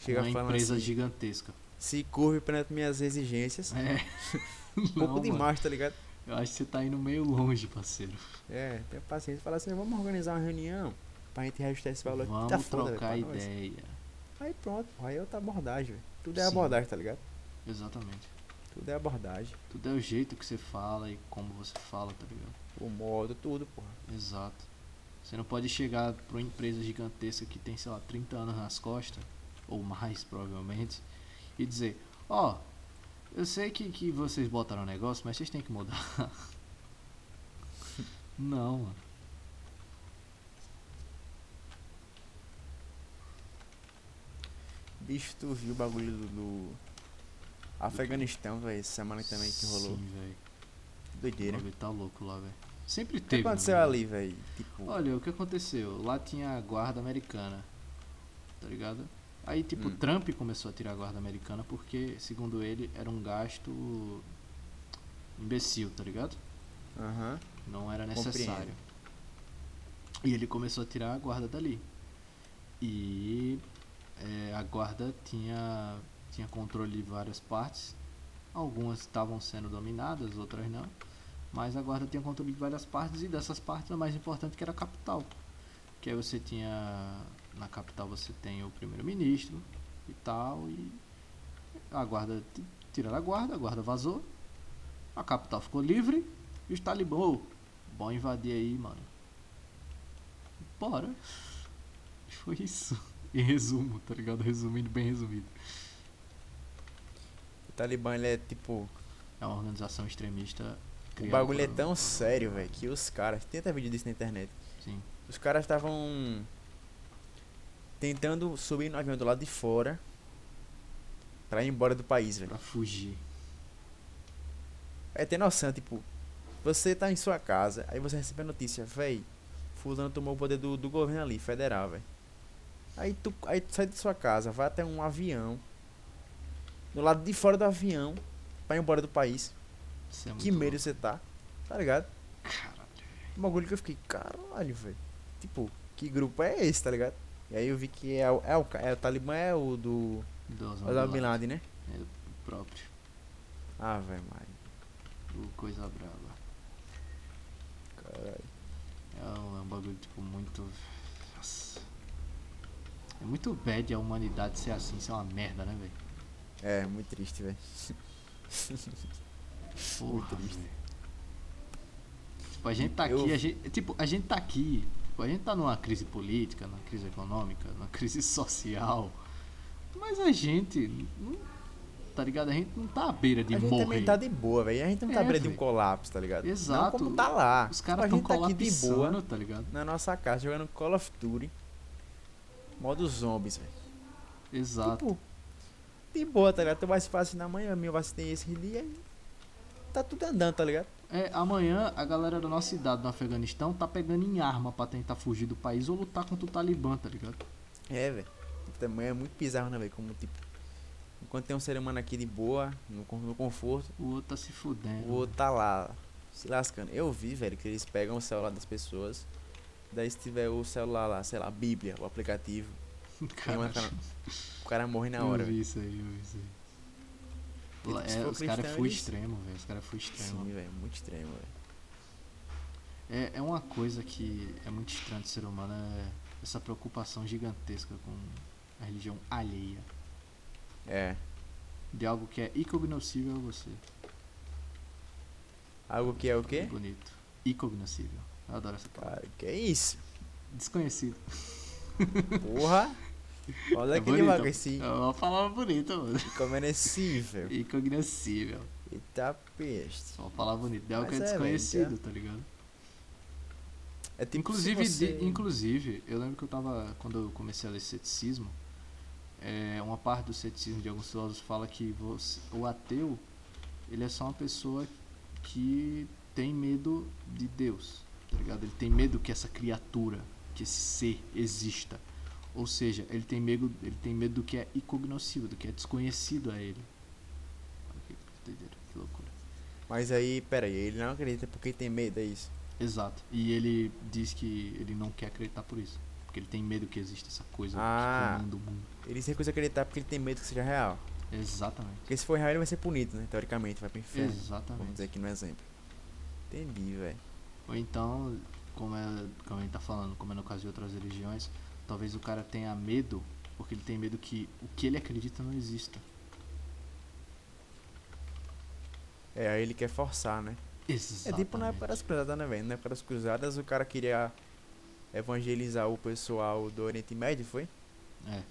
[SPEAKER 1] Chega
[SPEAKER 2] Uma
[SPEAKER 1] falando
[SPEAKER 2] empresa
[SPEAKER 1] assim,
[SPEAKER 2] gigantesca.
[SPEAKER 1] se curve perante minhas exigências.
[SPEAKER 2] É.
[SPEAKER 1] Um pouco
[SPEAKER 2] Não, mano.
[SPEAKER 1] demais, tá ligado?
[SPEAKER 2] Eu acho que você tá indo meio longe, parceiro.
[SPEAKER 1] É, tem paciência. Fala assim, vamos organizar uma reunião pra gente reajustar esse valor
[SPEAKER 2] Vamos
[SPEAKER 1] aqui. Tá foda, velho,
[SPEAKER 2] trocar
[SPEAKER 1] pra nós.
[SPEAKER 2] ideia.
[SPEAKER 1] Aí pronto, aí é outra abordagem, velho. Tudo é
[SPEAKER 2] Sim.
[SPEAKER 1] abordagem, tá ligado?
[SPEAKER 2] Exatamente.
[SPEAKER 1] Tudo é abordagem.
[SPEAKER 2] Tudo é o jeito que você fala e como você fala, tá ligado?
[SPEAKER 1] O modo, tudo, porra.
[SPEAKER 2] Exato. Você não pode chegar pra uma empresa gigantesca que tem, sei lá, 30 anos nas costas, ou mais provavelmente, e dizer, ó, eu sei que, que vocês botaram um negócio, mas vocês têm que mudar. não, mano.
[SPEAKER 1] Bicho, tu viu o bagulho do. do Afeganistão, velho, essa semana também que rolou.
[SPEAKER 2] Sim, velho. O
[SPEAKER 1] Doideira. O
[SPEAKER 2] bagulho tá louco lá, velho. Sempre
[SPEAKER 1] que
[SPEAKER 2] teve. né, na
[SPEAKER 1] aconteceu
[SPEAKER 2] verdade.
[SPEAKER 1] ali, velho? Tipo,
[SPEAKER 2] Olha, o que aconteceu? Lá tinha a guarda americana, tá ligado? Aí, tipo,
[SPEAKER 1] Hum.
[SPEAKER 2] Trump começou a tirar a guarda americana porque, segundo ele, era um gasto imbecil, tá ligado?
[SPEAKER 1] aham.
[SPEAKER 2] Não era necessário. E ele começou a tirar a guarda dali. E é, a guarda tinha, tinha controle de várias partes. Algumas estavam sendo dominadas, outras não. Mas a guarda tinha controle de várias partes e dessas partes a mais importante que era a capital. Que aí você tinha. Na capital você tem o primeiro-ministro e tal. E a guarda t- tiraram a guarda, a guarda vazou. A capital ficou livre. E os talibã, ô, bom invadir aí, mano. Bora. E Foi isso. Em resumo, tá ligado? Resumindo, bem resumido.
[SPEAKER 1] O Talibã, ele é tipo.
[SPEAKER 2] É uma organização extremista.
[SPEAKER 1] O
[SPEAKER 2] criada
[SPEAKER 1] bagulho é
[SPEAKER 2] por-
[SPEAKER 1] tão sério, velho, que os caras. Tem até vídeo disso na internet.
[SPEAKER 2] Sim,
[SPEAKER 1] Os caras estavam tentando subir no avião do lado de fora pra ir embora do país, velho.
[SPEAKER 2] pra fugir.
[SPEAKER 1] É ter noção, tipo, você tá em sua casa, aí você recebe a notícia, véi, fulano tomou o poder do, do governo ali, federal, velho. Aí tu, aí tu sai de sua casa, vai até um avião, do lado de fora do avião, pra ir embora do país.
[SPEAKER 2] Isso é muito
[SPEAKER 1] que medo
[SPEAKER 2] louco.
[SPEAKER 1] você tá, tá ligado?
[SPEAKER 2] Caralho.
[SPEAKER 1] Um bagulho que eu fiquei, caralho, velho. Tipo, que grupo é esse, tá ligado? E aí eu vi que é, o- é, o, ca- é o Talibã, é o do
[SPEAKER 2] Do Osama
[SPEAKER 1] Osama Bin
[SPEAKER 2] Bin
[SPEAKER 1] Laden,
[SPEAKER 2] Laden
[SPEAKER 1] né?
[SPEAKER 2] próprio.
[SPEAKER 1] Ah, velho, mano.
[SPEAKER 2] O Coisa Brava.
[SPEAKER 1] Caralho.
[SPEAKER 2] É um, é um bagulho, tipo, muito. Nossa. É muito bad a humanidade ser assim. Isso é uma merda, né, velho?
[SPEAKER 1] É, muito triste, velho.
[SPEAKER 2] Porra, velho. Tipo, a gente tá aqui,
[SPEAKER 1] Eu-
[SPEAKER 2] a gente, tipo, a gente tá aqui, tipo, a gente tá numa crise política, numa crise econômica, numa crise social, mas a gente, não, tá ligado? A gente não tá à beira de
[SPEAKER 1] a gente
[SPEAKER 2] morrer.
[SPEAKER 1] também tá de boa, velho. A gente não tá
[SPEAKER 2] É,
[SPEAKER 1] à beira de um
[SPEAKER 2] véi.
[SPEAKER 1] colapso, tá ligado? Não
[SPEAKER 2] Exato.
[SPEAKER 1] como tá lá.
[SPEAKER 2] Os
[SPEAKER 1] Tipo,
[SPEAKER 2] caras
[SPEAKER 1] a
[SPEAKER 2] tão
[SPEAKER 1] gente tá aqui de boa
[SPEAKER 2] colapsando, tá ligado?
[SPEAKER 1] na nossa casa jogando Call of Duty. Modo zombies, velho.
[SPEAKER 2] Exato.
[SPEAKER 1] Tipo, de boa, tá ligado? Tu vai se vacinar amanhã, meu vacinei esse dia e tá tudo andando, tá ligado?
[SPEAKER 2] É, amanhã a galera da nossa idade no Afeganistão tá pegando em arma pra tentar fugir do país ou lutar contra o Talibã, tá ligado?
[SPEAKER 1] É, velho. Também é muito bizarro, né, velho? Como, tipo, enquanto tem um ser humano aqui de boa, no, con- no conforto,
[SPEAKER 2] O outro tá se fudendo.
[SPEAKER 1] o outro tá lá, se lascando. Eu vi, velho, que eles pegam o celular das pessoas. Daí, se tiver o celular lá, sei lá, a Bíblia, o aplicativo, Nenhuma tá na- O cara morre na hora,
[SPEAKER 2] Eu
[SPEAKER 1] velho.
[SPEAKER 2] vi isso aí, eu vi isso aí.
[SPEAKER 1] Ele-
[SPEAKER 2] Lá- é,
[SPEAKER 1] se for
[SPEAKER 2] os caras
[SPEAKER 1] cristão,
[SPEAKER 2] full
[SPEAKER 1] eles-
[SPEAKER 2] extremo, velho. Os caras full extremo.
[SPEAKER 1] Sim, velho, muito extremo, velho.
[SPEAKER 2] É, é uma coisa que é muito estranha do ser humano, é essa preocupação gigantesca com a religião alheia.
[SPEAKER 1] É,
[SPEAKER 2] De algo que é incognoscível a você.
[SPEAKER 1] algo que é o
[SPEAKER 2] Que
[SPEAKER 1] quê?
[SPEAKER 2] bonito. Incognoscível. Eu adoro essa palavra.
[SPEAKER 1] Cara, que é isso?
[SPEAKER 2] Desconhecido.
[SPEAKER 1] Porra! Olha
[SPEAKER 2] É
[SPEAKER 1] aquele
[SPEAKER 2] bonito.
[SPEAKER 1] bagulho assim,
[SPEAKER 2] É uma palavra bonita, mano.
[SPEAKER 1] incomerecível.
[SPEAKER 2] Incognoscível.
[SPEAKER 1] Eita peste.
[SPEAKER 2] É uma palavra bonita. De algo que é
[SPEAKER 1] Mas é, velho,
[SPEAKER 2] desconhecido,
[SPEAKER 1] então.
[SPEAKER 2] tá ligado?
[SPEAKER 1] É tipo
[SPEAKER 2] inclusive,
[SPEAKER 1] se você...
[SPEAKER 2] de- inclusive, eu lembro que eu tava. Quando eu comecei a ler ceticismo, é, uma parte do ceticismo de alguns filósofos fala que você- o ateu ele é só uma pessoa que tem medo de Deus. Tá ligado? Ele tem medo que essa criatura, que esse ser exista. Ou seja, ele tem medo, ele tem medo do que é incognoscível, do que é desconhecido a ele. Olha que doideira, que loucura.
[SPEAKER 1] Mas aí, pera aí, ele não acredita porque tem medo, é isso?
[SPEAKER 2] Exato. E ele diz que ele não quer acreditar por isso. Porque ele tem medo que exista essa coisa
[SPEAKER 1] Ah.
[SPEAKER 2] que comanda o mundo.
[SPEAKER 1] Ele se recusa a é acreditar porque ele tem medo que seja real.
[SPEAKER 2] Exatamente.
[SPEAKER 1] Porque se for real, ele vai ser punido, né? Teoricamente, vai pro inferno. Vamos
[SPEAKER 2] Exatamente.
[SPEAKER 1] dizer aqui no exemplo. Entendi, velho.
[SPEAKER 2] Ou então, como, é, como ele tá falando, como é no caso de outras religiões, talvez o cara tenha medo, porque ele tem medo que o que ele acredita não exista.
[SPEAKER 1] É, aí ele quer forçar, né? É
[SPEAKER 2] Exatamente.
[SPEAKER 1] tipo na época das cruzadas, né, velho? Na época das cruzadas, o cara queria evangelizar o pessoal do Oriente Médio, foi?
[SPEAKER 2] É,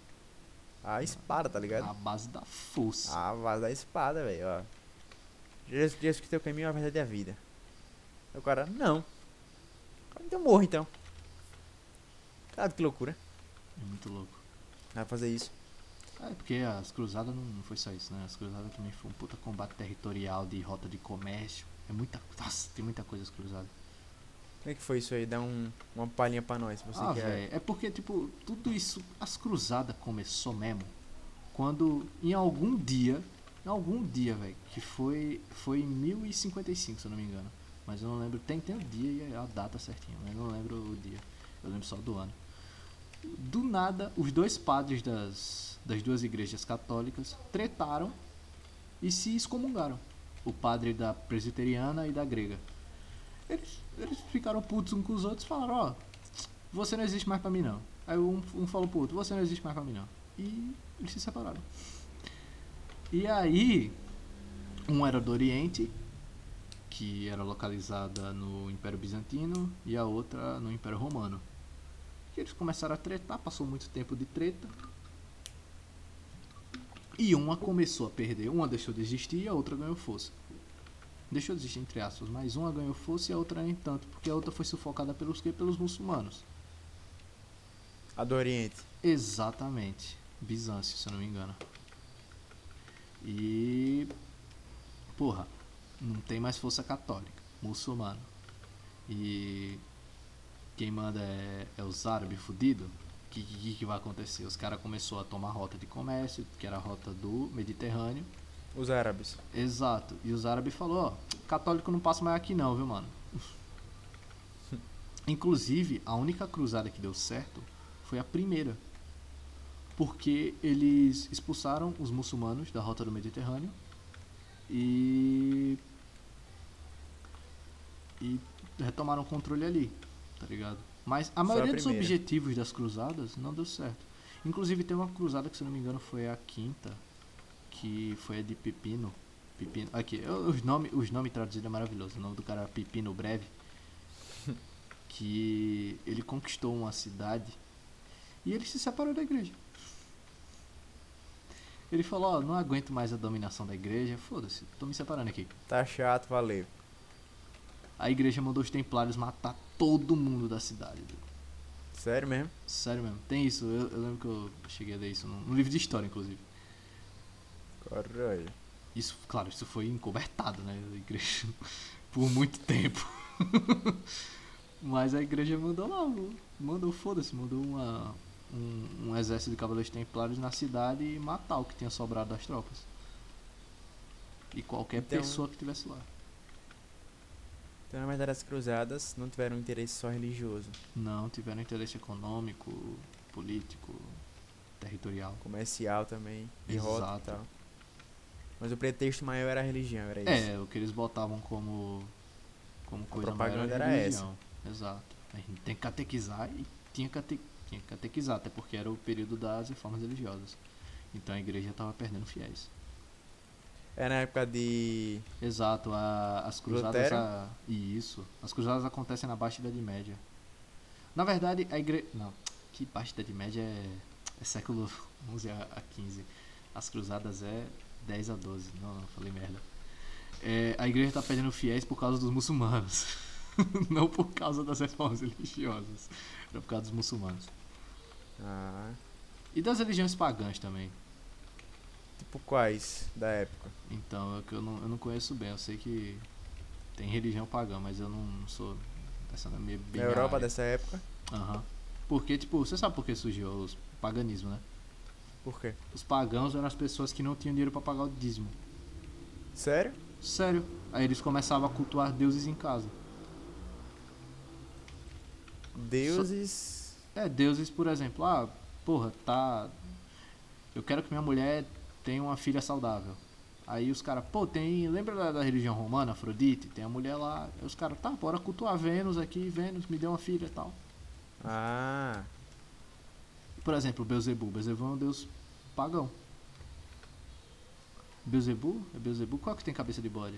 [SPEAKER 1] A espada, tá ligado?
[SPEAKER 2] a base da força.
[SPEAKER 1] Ah, vaza da espada, velho, ó. Jesus, Jesus que teu caminho é a verdade e a vida. Aí O cara, não. Então morre, então. Cara, que loucura. Ah.
[SPEAKER 2] É muito louco.
[SPEAKER 1] Vai fazer isso.
[SPEAKER 2] Ah, É porque as cruzadas não, não foi só isso, né? As cruzadas também foi um puta combate territorial de rota de comércio. É muita. Nossa, tem muita coisa as cruzadas.
[SPEAKER 1] Como é que foi isso aí? Dá um, uma palhinha pra nós, se você
[SPEAKER 2] ah,
[SPEAKER 1] quer.
[SPEAKER 2] velho, é porque, tipo, tudo isso, as cruzadas começou mesmo quando, em algum dia, em algum dia, velho, que foi, foi em 1055, se eu não me engano, mas eu não lembro, tem, tem o dia e a data certinha, mas eu não lembro o dia, eu lembro só do ano. Do nada, os dois padres das, das duas igrejas católicas tretaram e se excomungaram. O padre da presbiteriana e da grega. Eles, eles ficaram putos uns com os outros e falaram, ó, você não existe mais pra mim não. Aí um, um falou pro outro, você não existe mais pra mim não. E eles se separaram. E aí, um era do Oriente, que era localizada no Império Bizantino, e a outra no Império Romano. E eles começaram a tretar, passou muito tempo de treta. E uma começou a perder, uma deixou de existir e a outra ganhou força. Deixou de existir entre aspas, mas uma ganhou força e a outra nem tanto, porque a outra foi sufocada pelos quê? Pelos muçulmanos.
[SPEAKER 1] A do Oriente.
[SPEAKER 2] Exatamente. Bizâncio, se eu não me engano. E. Porra, não tem mais força católica, muçulmana. E. Quem manda é, é os árabes fudidos. O que, que, que vai acontecer? Os caras começaram a tomar rota de comércio, que era a rota do Mediterrâneo.
[SPEAKER 1] Os árabes.
[SPEAKER 2] Exato. E os árabes falou, ó, católico não passa mais aqui não, viu, mano? Inclusive, a única cruzada que deu certo foi a primeira. Porque eles expulsaram os muçulmanos da rota do Mediterrâneo e e retomaram o controle ali, tá ligado? Mas a
[SPEAKER 1] a
[SPEAKER 2] maioria dos
[SPEAKER 1] primeira.
[SPEAKER 2] objetivos das cruzadas não deu certo. Inclusive tem uma cruzada que se eu não me engano foi a quinta, que foi a de Pepino. Pepino. Aqui, eu- os nomes os nome traduzidos é maravilhoso. O nome do cara era Pepino Breve. que ele conquistou uma cidade e ele se separou da igreja. Ele falou, ó, não aguento mais a dominação da igreja, foda-se, tô me separando aqui.
[SPEAKER 1] Tá chato, valeu.
[SPEAKER 2] A igreja mandou os templários matar todo mundo da cidade. dude.
[SPEAKER 1] Sério mesmo?
[SPEAKER 2] Sério mesmo, tem isso. Eu, eu lembro que eu cheguei a ler isso num, num livro de história, inclusive.
[SPEAKER 1] Caralho.
[SPEAKER 2] Isso, claro, isso foi encobertado, né? A igreja por muito tempo. Mas a igreja mandou lá, mandou, foda-se, mandou uma, um, um exército de cavaleiros templários na cidade e matar o que tinha sobrado das tropas. E qualquer
[SPEAKER 1] Então-
[SPEAKER 2] pessoa que tivesse lá.
[SPEAKER 1] Então, na verdade, as cruzadas não tiveram um interesse só religioso.
[SPEAKER 2] Não tiveram interesse econômico, político, territorial.
[SPEAKER 1] Comercial também, de rota e
[SPEAKER 2] Exato.
[SPEAKER 1] tal. Mas o pretexto maior era a religião, era isso.
[SPEAKER 2] É, o que eles botavam como, como coisa maior
[SPEAKER 1] propaganda
[SPEAKER 2] era
[SPEAKER 1] era
[SPEAKER 2] a religião. Exato. A gente tem que catequizar e tinha, cate, tinha que catequizar, até porque era o período das reformas religiosas. Então a igreja estava perdendo fiéis.
[SPEAKER 1] Era na época de.
[SPEAKER 2] Exato, a- as cruzadas.
[SPEAKER 1] Lutero?
[SPEAKER 2] A, e isso. As cruzadas acontecem na Baixa Idade Média. Na verdade, a igreja. Não, que Baixa Idade Média é, é século 11 a, a 15. As cruzadas é 10 a 12. Não, não, falei merda. É, a igreja está perdendo fiéis por causa dos muçulmanos. não por causa das reformas religiosas. Era por causa dos muçulmanos.
[SPEAKER 1] Ah,
[SPEAKER 2] E das religiões pagãs também.
[SPEAKER 1] tipo quais da época?
[SPEAKER 2] Então, é que eu não, eu não conheço bem. Eu sei que tem religião pagã, mas eu não, não sou. Essa não é meio bem.
[SPEAKER 1] Na
[SPEAKER 2] minha
[SPEAKER 1] Europa
[SPEAKER 2] área.
[SPEAKER 1] dessa época?
[SPEAKER 2] Aham. Porque, tipo, você sabe por que surgiu o paganismo, né?
[SPEAKER 1] Por quê?
[SPEAKER 2] Os pagãos eram as pessoas que não tinham dinheiro pra pagar o dízimo.
[SPEAKER 1] Sério?
[SPEAKER 2] Sério. Aí eles começavam a cultuar deuses em casa.
[SPEAKER 1] Deuses.
[SPEAKER 2] É, deuses, por exemplo. Ah, porra, tá. Eu quero que minha mulher tenha uma filha saudável. Aí os caras, pô, tem. Lembra da, da religião romana, Afrodite? Tem a mulher lá. Aí os caras, tá, bora cultuar Vênus aqui, Vênus, me deu uma filha e tal.
[SPEAKER 1] Ah,
[SPEAKER 2] Por exemplo, Beuzebu. Beuzebu é um deus pagão. Beuzebu? É Beuzebu? Qual que tem cabeça de bode?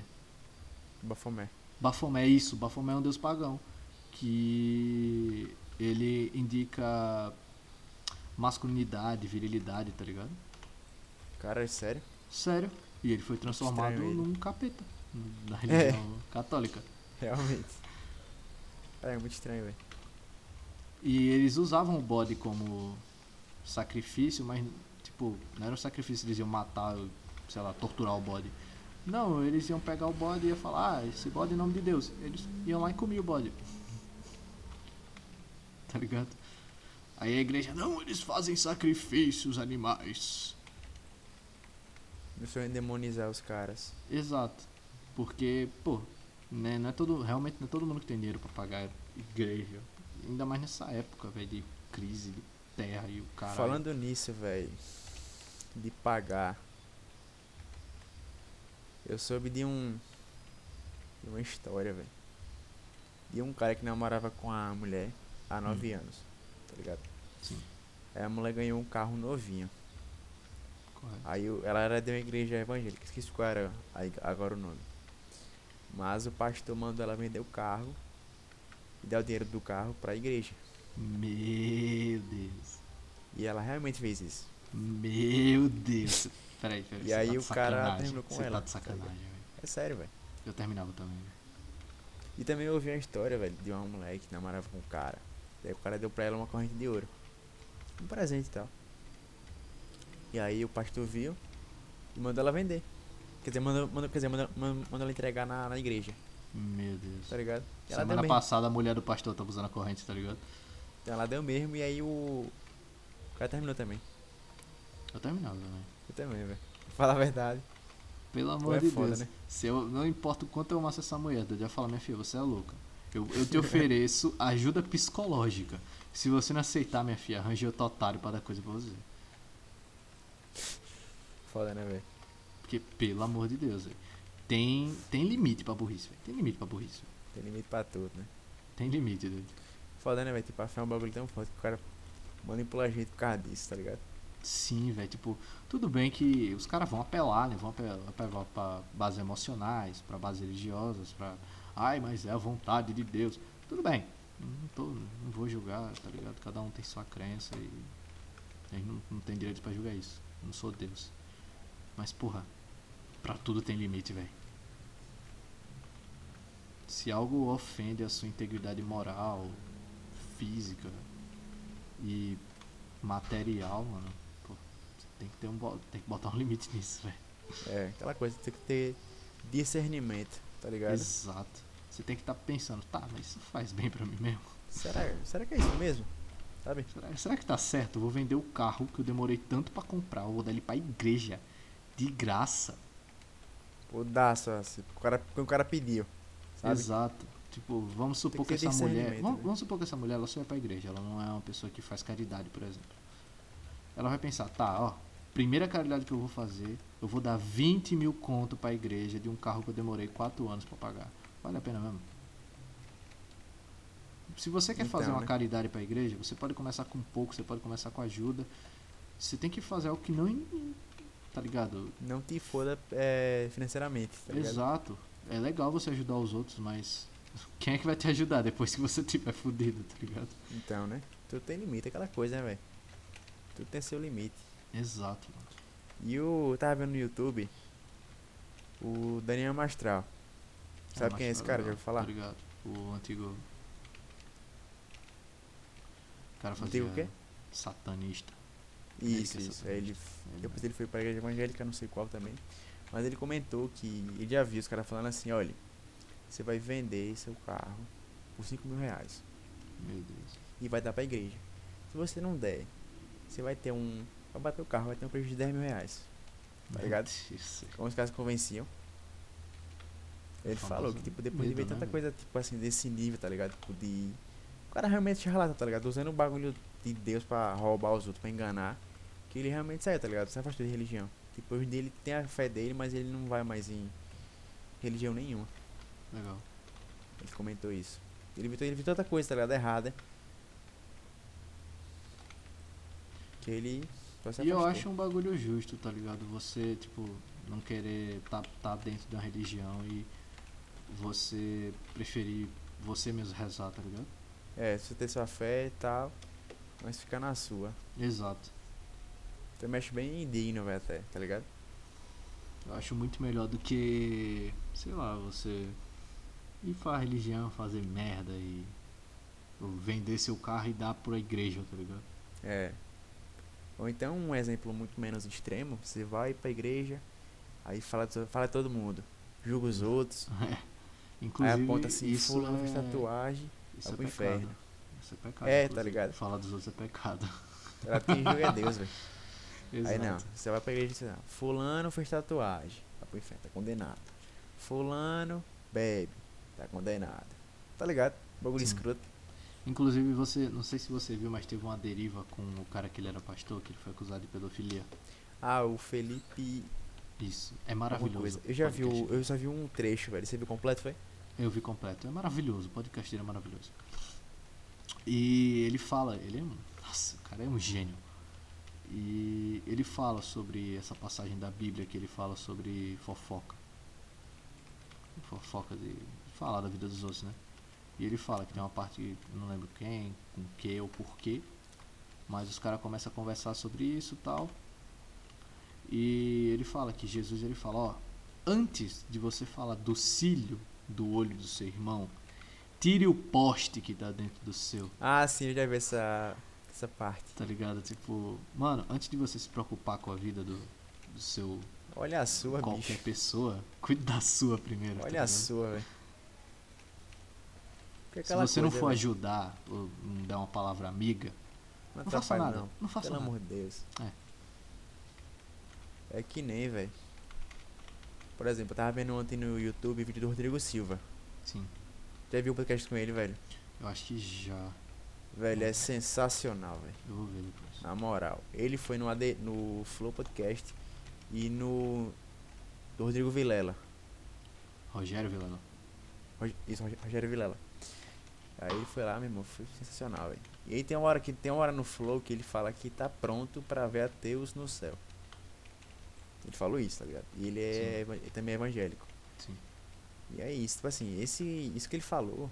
[SPEAKER 1] Bafomé.
[SPEAKER 2] Bafomé, isso. Bafomé é um deus pagão. Que ele indica masculinidade, virilidade, tá ligado?
[SPEAKER 1] Cara, é sério?
[SPEAKER 2] Sério. E ele foi transformado
[SPEAKER 1] Estranho ele. É.
[SPEAKER 2] num capeta. Na religião católica.
[SPEAKER 1] Realmente. Cara, é muito estranho, velho.
[SPEAKER 2] E eles usavam o bode como sacrifício, mas tipo, não era um sacrifício, eles iam matar, sei lá, torturar o bode. Não, eles iam pegar o bode e ia falar, ah, esse bode é em nome de Deus. Eles iam lá e comiam o bode. Tá ligado? Aí a igreja, não, eles fazem sacrifícios animais.
[SPEAKER 1] Começou a endemonizar os caras.
[SPEAKER 2] Exato. Porque, pô, né, não é todo, realmente não é todo mundo que tem dinheiro pra pagar igreja. Ainda mais nessa época, velho, de crise, de terra e o cara.
[SPEAKER 1] Falando nisso, velho, de pagar. Eu soube de um. de uma história, velho. De um cara que namorava com a mulher há 9 anos, tá ligado?
[SPEAKER 2] Sim.
[SPEAKER 1] Aí a mulher ganhou um carro novinho.
[SPEAKER 2] Correto.
[SPEAKER 1] Aí o- ela era de uma igreja evangélica, esqueci qual era a ig- agora o nome. Mas o pastor mandou ela vender o carro e dar o dinheiro do carro pra igreja.
[SPEAKER 2] Meu Deus.
[SPEAKER 1] E ela realmente fez isso.
[SPEAKER 2] Meu Deus. Peraí, peraí.
[SPEAKER 1] E
[SPEAKER 2] você
[SPEAKER 1] aí
[SPEAKER 2] tá de
[SPEAKER 1] o cara
[SPEAKER 2] sacanagem.
[SPEAKER 1] terminou com
[SPEAKER 2] você
[SPEAKER 1] ela,
[SPEAKER 2] tá de
[SPEAKER 1] tá ligado?
[SPEAKER 2] sacanagem, velho.
[SPEAKER 1] É sério, velho.
[SPEAKER 2] Eu terminava também, velho.
[SPEAKER 1] E também eu ouvi uma história, velho, de uma mulher que namorava com um cara. Daí o cara deu pra ela uma corrente de ouro. Um presente e tal. E aí o pastor viu e mandou ela vender. Quer dizer, mandou, mandou, quer dizer, mandou, mandou mandou ela entregar na, na igreja,
[SPEAKER 2] Meu Deus.
[SPEAKER 1] tá ligado? E Ela deu,
[SPEAKER 2] Semana
[SPEAKER 1] mesmo,
[SPEAKER 2] passada a mulher do pastor tava usando a corrente, tá ligado?
[SPEAKER 1] Então ela deu mesmo e aí o. O cara terminou também.
[SPEAKER 2] Eu terminava também.
[SPEAKER 1] Eu também, velho. Pra Falar a verdade.
[SPEAKER 2] Pelo
[SPEAKER 1] Tu
[SPEAKER 2] amor
[SPEAKER 1] é
[SPEAKER 2] de
[SPEAKER 1] foda,
[SPEAKER 2] Deus.
[SPEAKER 1] né?
[SPEAKER 2] Se eu, não importa o quanto eu amasso essa mulher, eu já falo, minha filha, você é louca. Eu, eu te ofereço ajuda psicológica. Se você não aceitar, minha filha, arranje outro otário pra dar coisa pra você.
[SPEAKER 1] Foda, né, velho?
[SPEAKER 2] Porque, pelo amor de Deus, velho. Tem, tem limite pra burrice, velho. Tem limite pra burrice. velho.
[SPEAKER 1] Tem limite pra tudo, né?
[SPEAKER 2] Tem limite, doido.
[SPEAKER 1] Foda, né, velho? Tipo, a fé é um bagulho tão forte que o cara manipula a gente por causa disso, tá ligado?
[SPEAKER 2] Sim, velho. Tipo, tudo bem que os caras vão apelar, né? Vão apelar, apelar pra bases emocionais, pra bases religiosas, pra. Ai, mas é a vontade de Deus. Tudo bem. Não, tô, não vou julgar, tá ligado? Cada um tem sua crença e. A gente não, não tem direito pra julgar isso. Eu Não sou Deus. Mas, porra, pra tudo tem limite, velho. Se algo ofende a sua integridade moral, física e material, mano. Pô, você tem que ter um bo- tem que botar um limite nisso, velho.
[SPEAKER 1] É, aquela coisa, tem que ter discernimento, tá ligado?
[SPEAKER 2] Exato. Você tem que estar pensando, tá, mas isso faz bem pra mim mesmo.
[SPEAKER 1] Será, será que é isso mesmo? Sabe?
[SPEAKER 2] Será, será que tá certo? Eu vou vender o carro que eu demorei tanto pra comprar, eu vou dar ele pra igreja de graça.
[SPEAKER 1] Vou dar só assim, o cara, porque o cara pediu, sabe?
[SPEAKER 2] Exato. Tipo, vamos supor que,
[SPEAKER 1] Tem que ter
[SPEAKER 2] essa mulher,
[SPEAKER 1] discernimento,
[SPEAKER 2] vamos,
[SPEAKER 1] né?
[SPEAKER 2] é vamos supor que essa mulher ela só vai pra igreja, ela não é uma pessoa que faz caridade, por exemplo. Ela vai pensar, tá, ó, primeira caridade que eu vou fazer, eu vou dar 20 mil conto pra igreja de um carro que eu demorei 4 anos pra pagar. Vale a pena mesmo? Se você quer
[SPEAKER 1] Então,
[SPEAKER 2] fazer uma
[SPEAKER 1] né?
[SPEAKER 2] caridade pra igreja, você pode começar com pouco, você pode começar com ajuda. Você tem que fazer algo que não. in- Tá ligado?
[SPEAKER 1] Não te foda é, financeiramente, tá ligado?
[SPEAKER 2] Exato. É legal você ajudar os outros, mas quem é que vai te ajudar depois que você tiver fudido, tá ligado?
[SPEAKER 1] Então, né? Tudo tem limite, aquela coisa, né, velho? Tudo tem seu limite.
[SPEAKER 2] Exato, mano.
[SPEAKER 1] E o. Eu tava vendo no YouTube. O Daniel Mastral. Sabe quem é esse cara? Já ouviu falar?
[SPEAKER 2] Obrigado. tá O antigo. O cara fazia.
[SPEAKER 1] Antigo o quê?
[SPEAKER 2] Satanista.
[SPEAKER 1] Isso,
[SPEAKER 2] que é
[SPEAKER 1] isso. Aí ele. f-
[SPEAKER 2] Ele
[SPEAKER 1] Depois
[SPEAKER 2] mesmo.
[SPEAKER 1] ele foi pra igreja evangélica, não sei qual também. Mas ele comentou que ele já viu os caras falando assim: olha, você vai vender seu carro por 5 mil reais
[SPEAKER 2] Meu Deus.
[SPEAKER 1] e vai dar pra igreja. Se você não der, você vai ter um. Pra bater o carro, vai ter um prejuízo de 10 mil reais. Tá ligado?
[SPEAKER 2] Isso.
[SPEAKER 1] Como os caras convenciam. Ele
[SPEAKER 2] Famoso
[SPEAKER 1] falou que, tipo, depois de ver
[SPEAKER 2] medo, né,
[SPEAKER 1] tanta
[SPEAKER 2] velho?
[SPEAKER 1] coisa, tipo assim, desse nível, tá ligado? Tipo, de. O cara realmente charlatão, tá ligado? Usando o bagulho de Deus pra roubar os outros, pra enganar. Que ele realmente saiu, tá ligado? Se afastou de religião. Tipo, hoje dele tem a fé dele, mas ele não vai mais em religião nenhuma.
[SPEAKER 2] é Legal.
[SPEAKER 1] Ele comentou isso. Ele viu, ele viu tanta coisa, tá ligado? Errada. Que ele. só se
[SPEAKER 2] E eu
[SPEAKER 1] afastou.
[SPEAKER 2] acho um bagulho justo, tá ligado? Você, tipo, não querer tá, tá dentro da religião e você preferir você mesmo rezar, tá ligado?
[SPEAKER 1] É, você ter sua fé e tal. Mas ficar na sua.
[SPEAKER 2] Exato.
[SPEAKER 1] Então mexe bem indigno, velho, até, tá ligado?
[SPEAKER 2] Eu acho muito melhor do que, sei lá, você ir pra religião, fazer merda e ou vender seu carro e dar pra igreja, tá ligado?
[SPEAKER 1] É. Ou então, um exemplo muito menos extremo, você vai pra igreja, aí fala, de- fala de todo mundo, julga os outros,
[SPEAKER 2] Inclusive,
[SPEAKER 1] aí aponta assim,
[SPEAKER 2] isso
[SPEAKER 1] fulano fez
[SPEAKER 2] é,
[SPEAKER 1] tatuagem,
[SPEAKER 2] isso
[SPEAKER 1] é
[SPEAKER 2] é
[SPEAKER 1] pro
[SPEAKER 2] pecado.
[SPEAKER 1] inferno.
[SPEAKER 2] Isso é pecado.
[SPEAKER 1] É, tá
[SPEAKER 2] inclusive.
[SPEAKER 1] ligado?
[SPEAKER 2] Falar dos outros é pecado.
[SPEAKER 1] ela tem julga é Deus, velho. Aí
[SPEAKER 2] Exato.
[SPEAKER 1] não, você vai pra igreja e diz, não, fulano fez tatuagem, tá pro inferno, tá condenado. Fulano bebe, tá condenado. Tá ligado? Bagulho
[SPEAKER 2] Sim.
[SPEAKER 1] escroto.
[SPEAKER 2] Inclusive, você, não sei se você viu, mas teve uma deriva com o cara que ele era pastor, que ele foi acusado de pedofilia.
[SPEAKER 1] Ah, o Felipe.
[SPEAKER 2] Isso, é
[SPEAKER 1] alguma
[SPEAKER 2] maravilhoso.
[SPEAKER 1] coisa. Eu já vi, o-
[SPEAKER 2] Podcast.
[SPEAKER 1] eu só vi um trecho, velho. Você viu completo, foi?
[SPEAKER 2] Eu vi completo, é maravilhoso, o podcast dele é maravilhoso. E ele fala, ele é um, nossa, o cara é um gênio. E ele fala sobre essa passagem da Bíblia que ele fala sobre fofoca. Fofoca de falar da vida dos outros, né? E ele fala que tem uma parte, não lembro quem, com que ou porquê, mas os caras começam a conversar sobre isso e tal. E ele fala que Jesus, ele fala, ó, antes de você falar do cílio do olho do seu irmão, tire o poste que tá dentro do seu,
[SPEAKER 1] Ah, sim, eu já vi essa, essa parte.
[SPEAKER 2] tá ligado? Tipo, mano, antes de você se preocupar com a vida do, do seu
[SPEAKER 1] Olha a sua,
[SPEAKER 2] qualquer
[SPEAKER 1] bicho.
[SPEAKER 2] pessoa, cuide da sua primeiro. é tá
[SPEAKER 1] Olha a
[SPEAKER 2] ligado?
[SPEAKER 1] sua, velho. Porque
[SPEAKER 2] Se
[SPEAKER 1] aquela
[SPEAKER 2] você não
[SPEAKER 1] coisa, né?
[SPEAKER 2] for
[SPEAKER 1] velho,
[SPEAKER 2] ajudar ou não der uma palavra amiga,
[SPEAKER 1] não
[SPEAKER 2] não faça
[SPEAKER 1] atrapalha,
[SPEAKER 2] nada. Não,
[SPEAKER 1] não.
[SPEAKER 2] faça
[SPEAKER 1] Pelo
[SPEAKER 2] nada.
[SPEAKER 1] amor de Deus. É que nem, velho. Por exemplo, eu tava vendo ontem no YouTube vídeo do Rodrigo Silva.
[SPEAKER 2] Sim,
[SPEAKER 1] Já viu o podcast com ele, velho?
[SPEAKER 2] eu acho que já.
[SPEAKER 1] Velho, é sensacional, velho.
[SPEAKER 2] Eu vou ver depois.
[SPEAKER 1] Na moral. Ele foi no, AD, no Flow Podcast e no. Do Rodrigo Vilela.
[SPEAKER 2] Rogério Vilano.
[SPEAKER 1] Roge- Isso, Roge- Rogério Vilela. Aí ele foi lá, meu irmão, foi sensacional, velho. E aí tem uma hora que tem uma hora no flow que ele fala que tá pronto pra ver ateus no céu. Ele falou isso, tá ligado? E ele é eva- ele também é evangélico.
[SPEAKER 2] Sim.
[SPEAKER 1] E é isso, tipo assim, esse isso que ele falou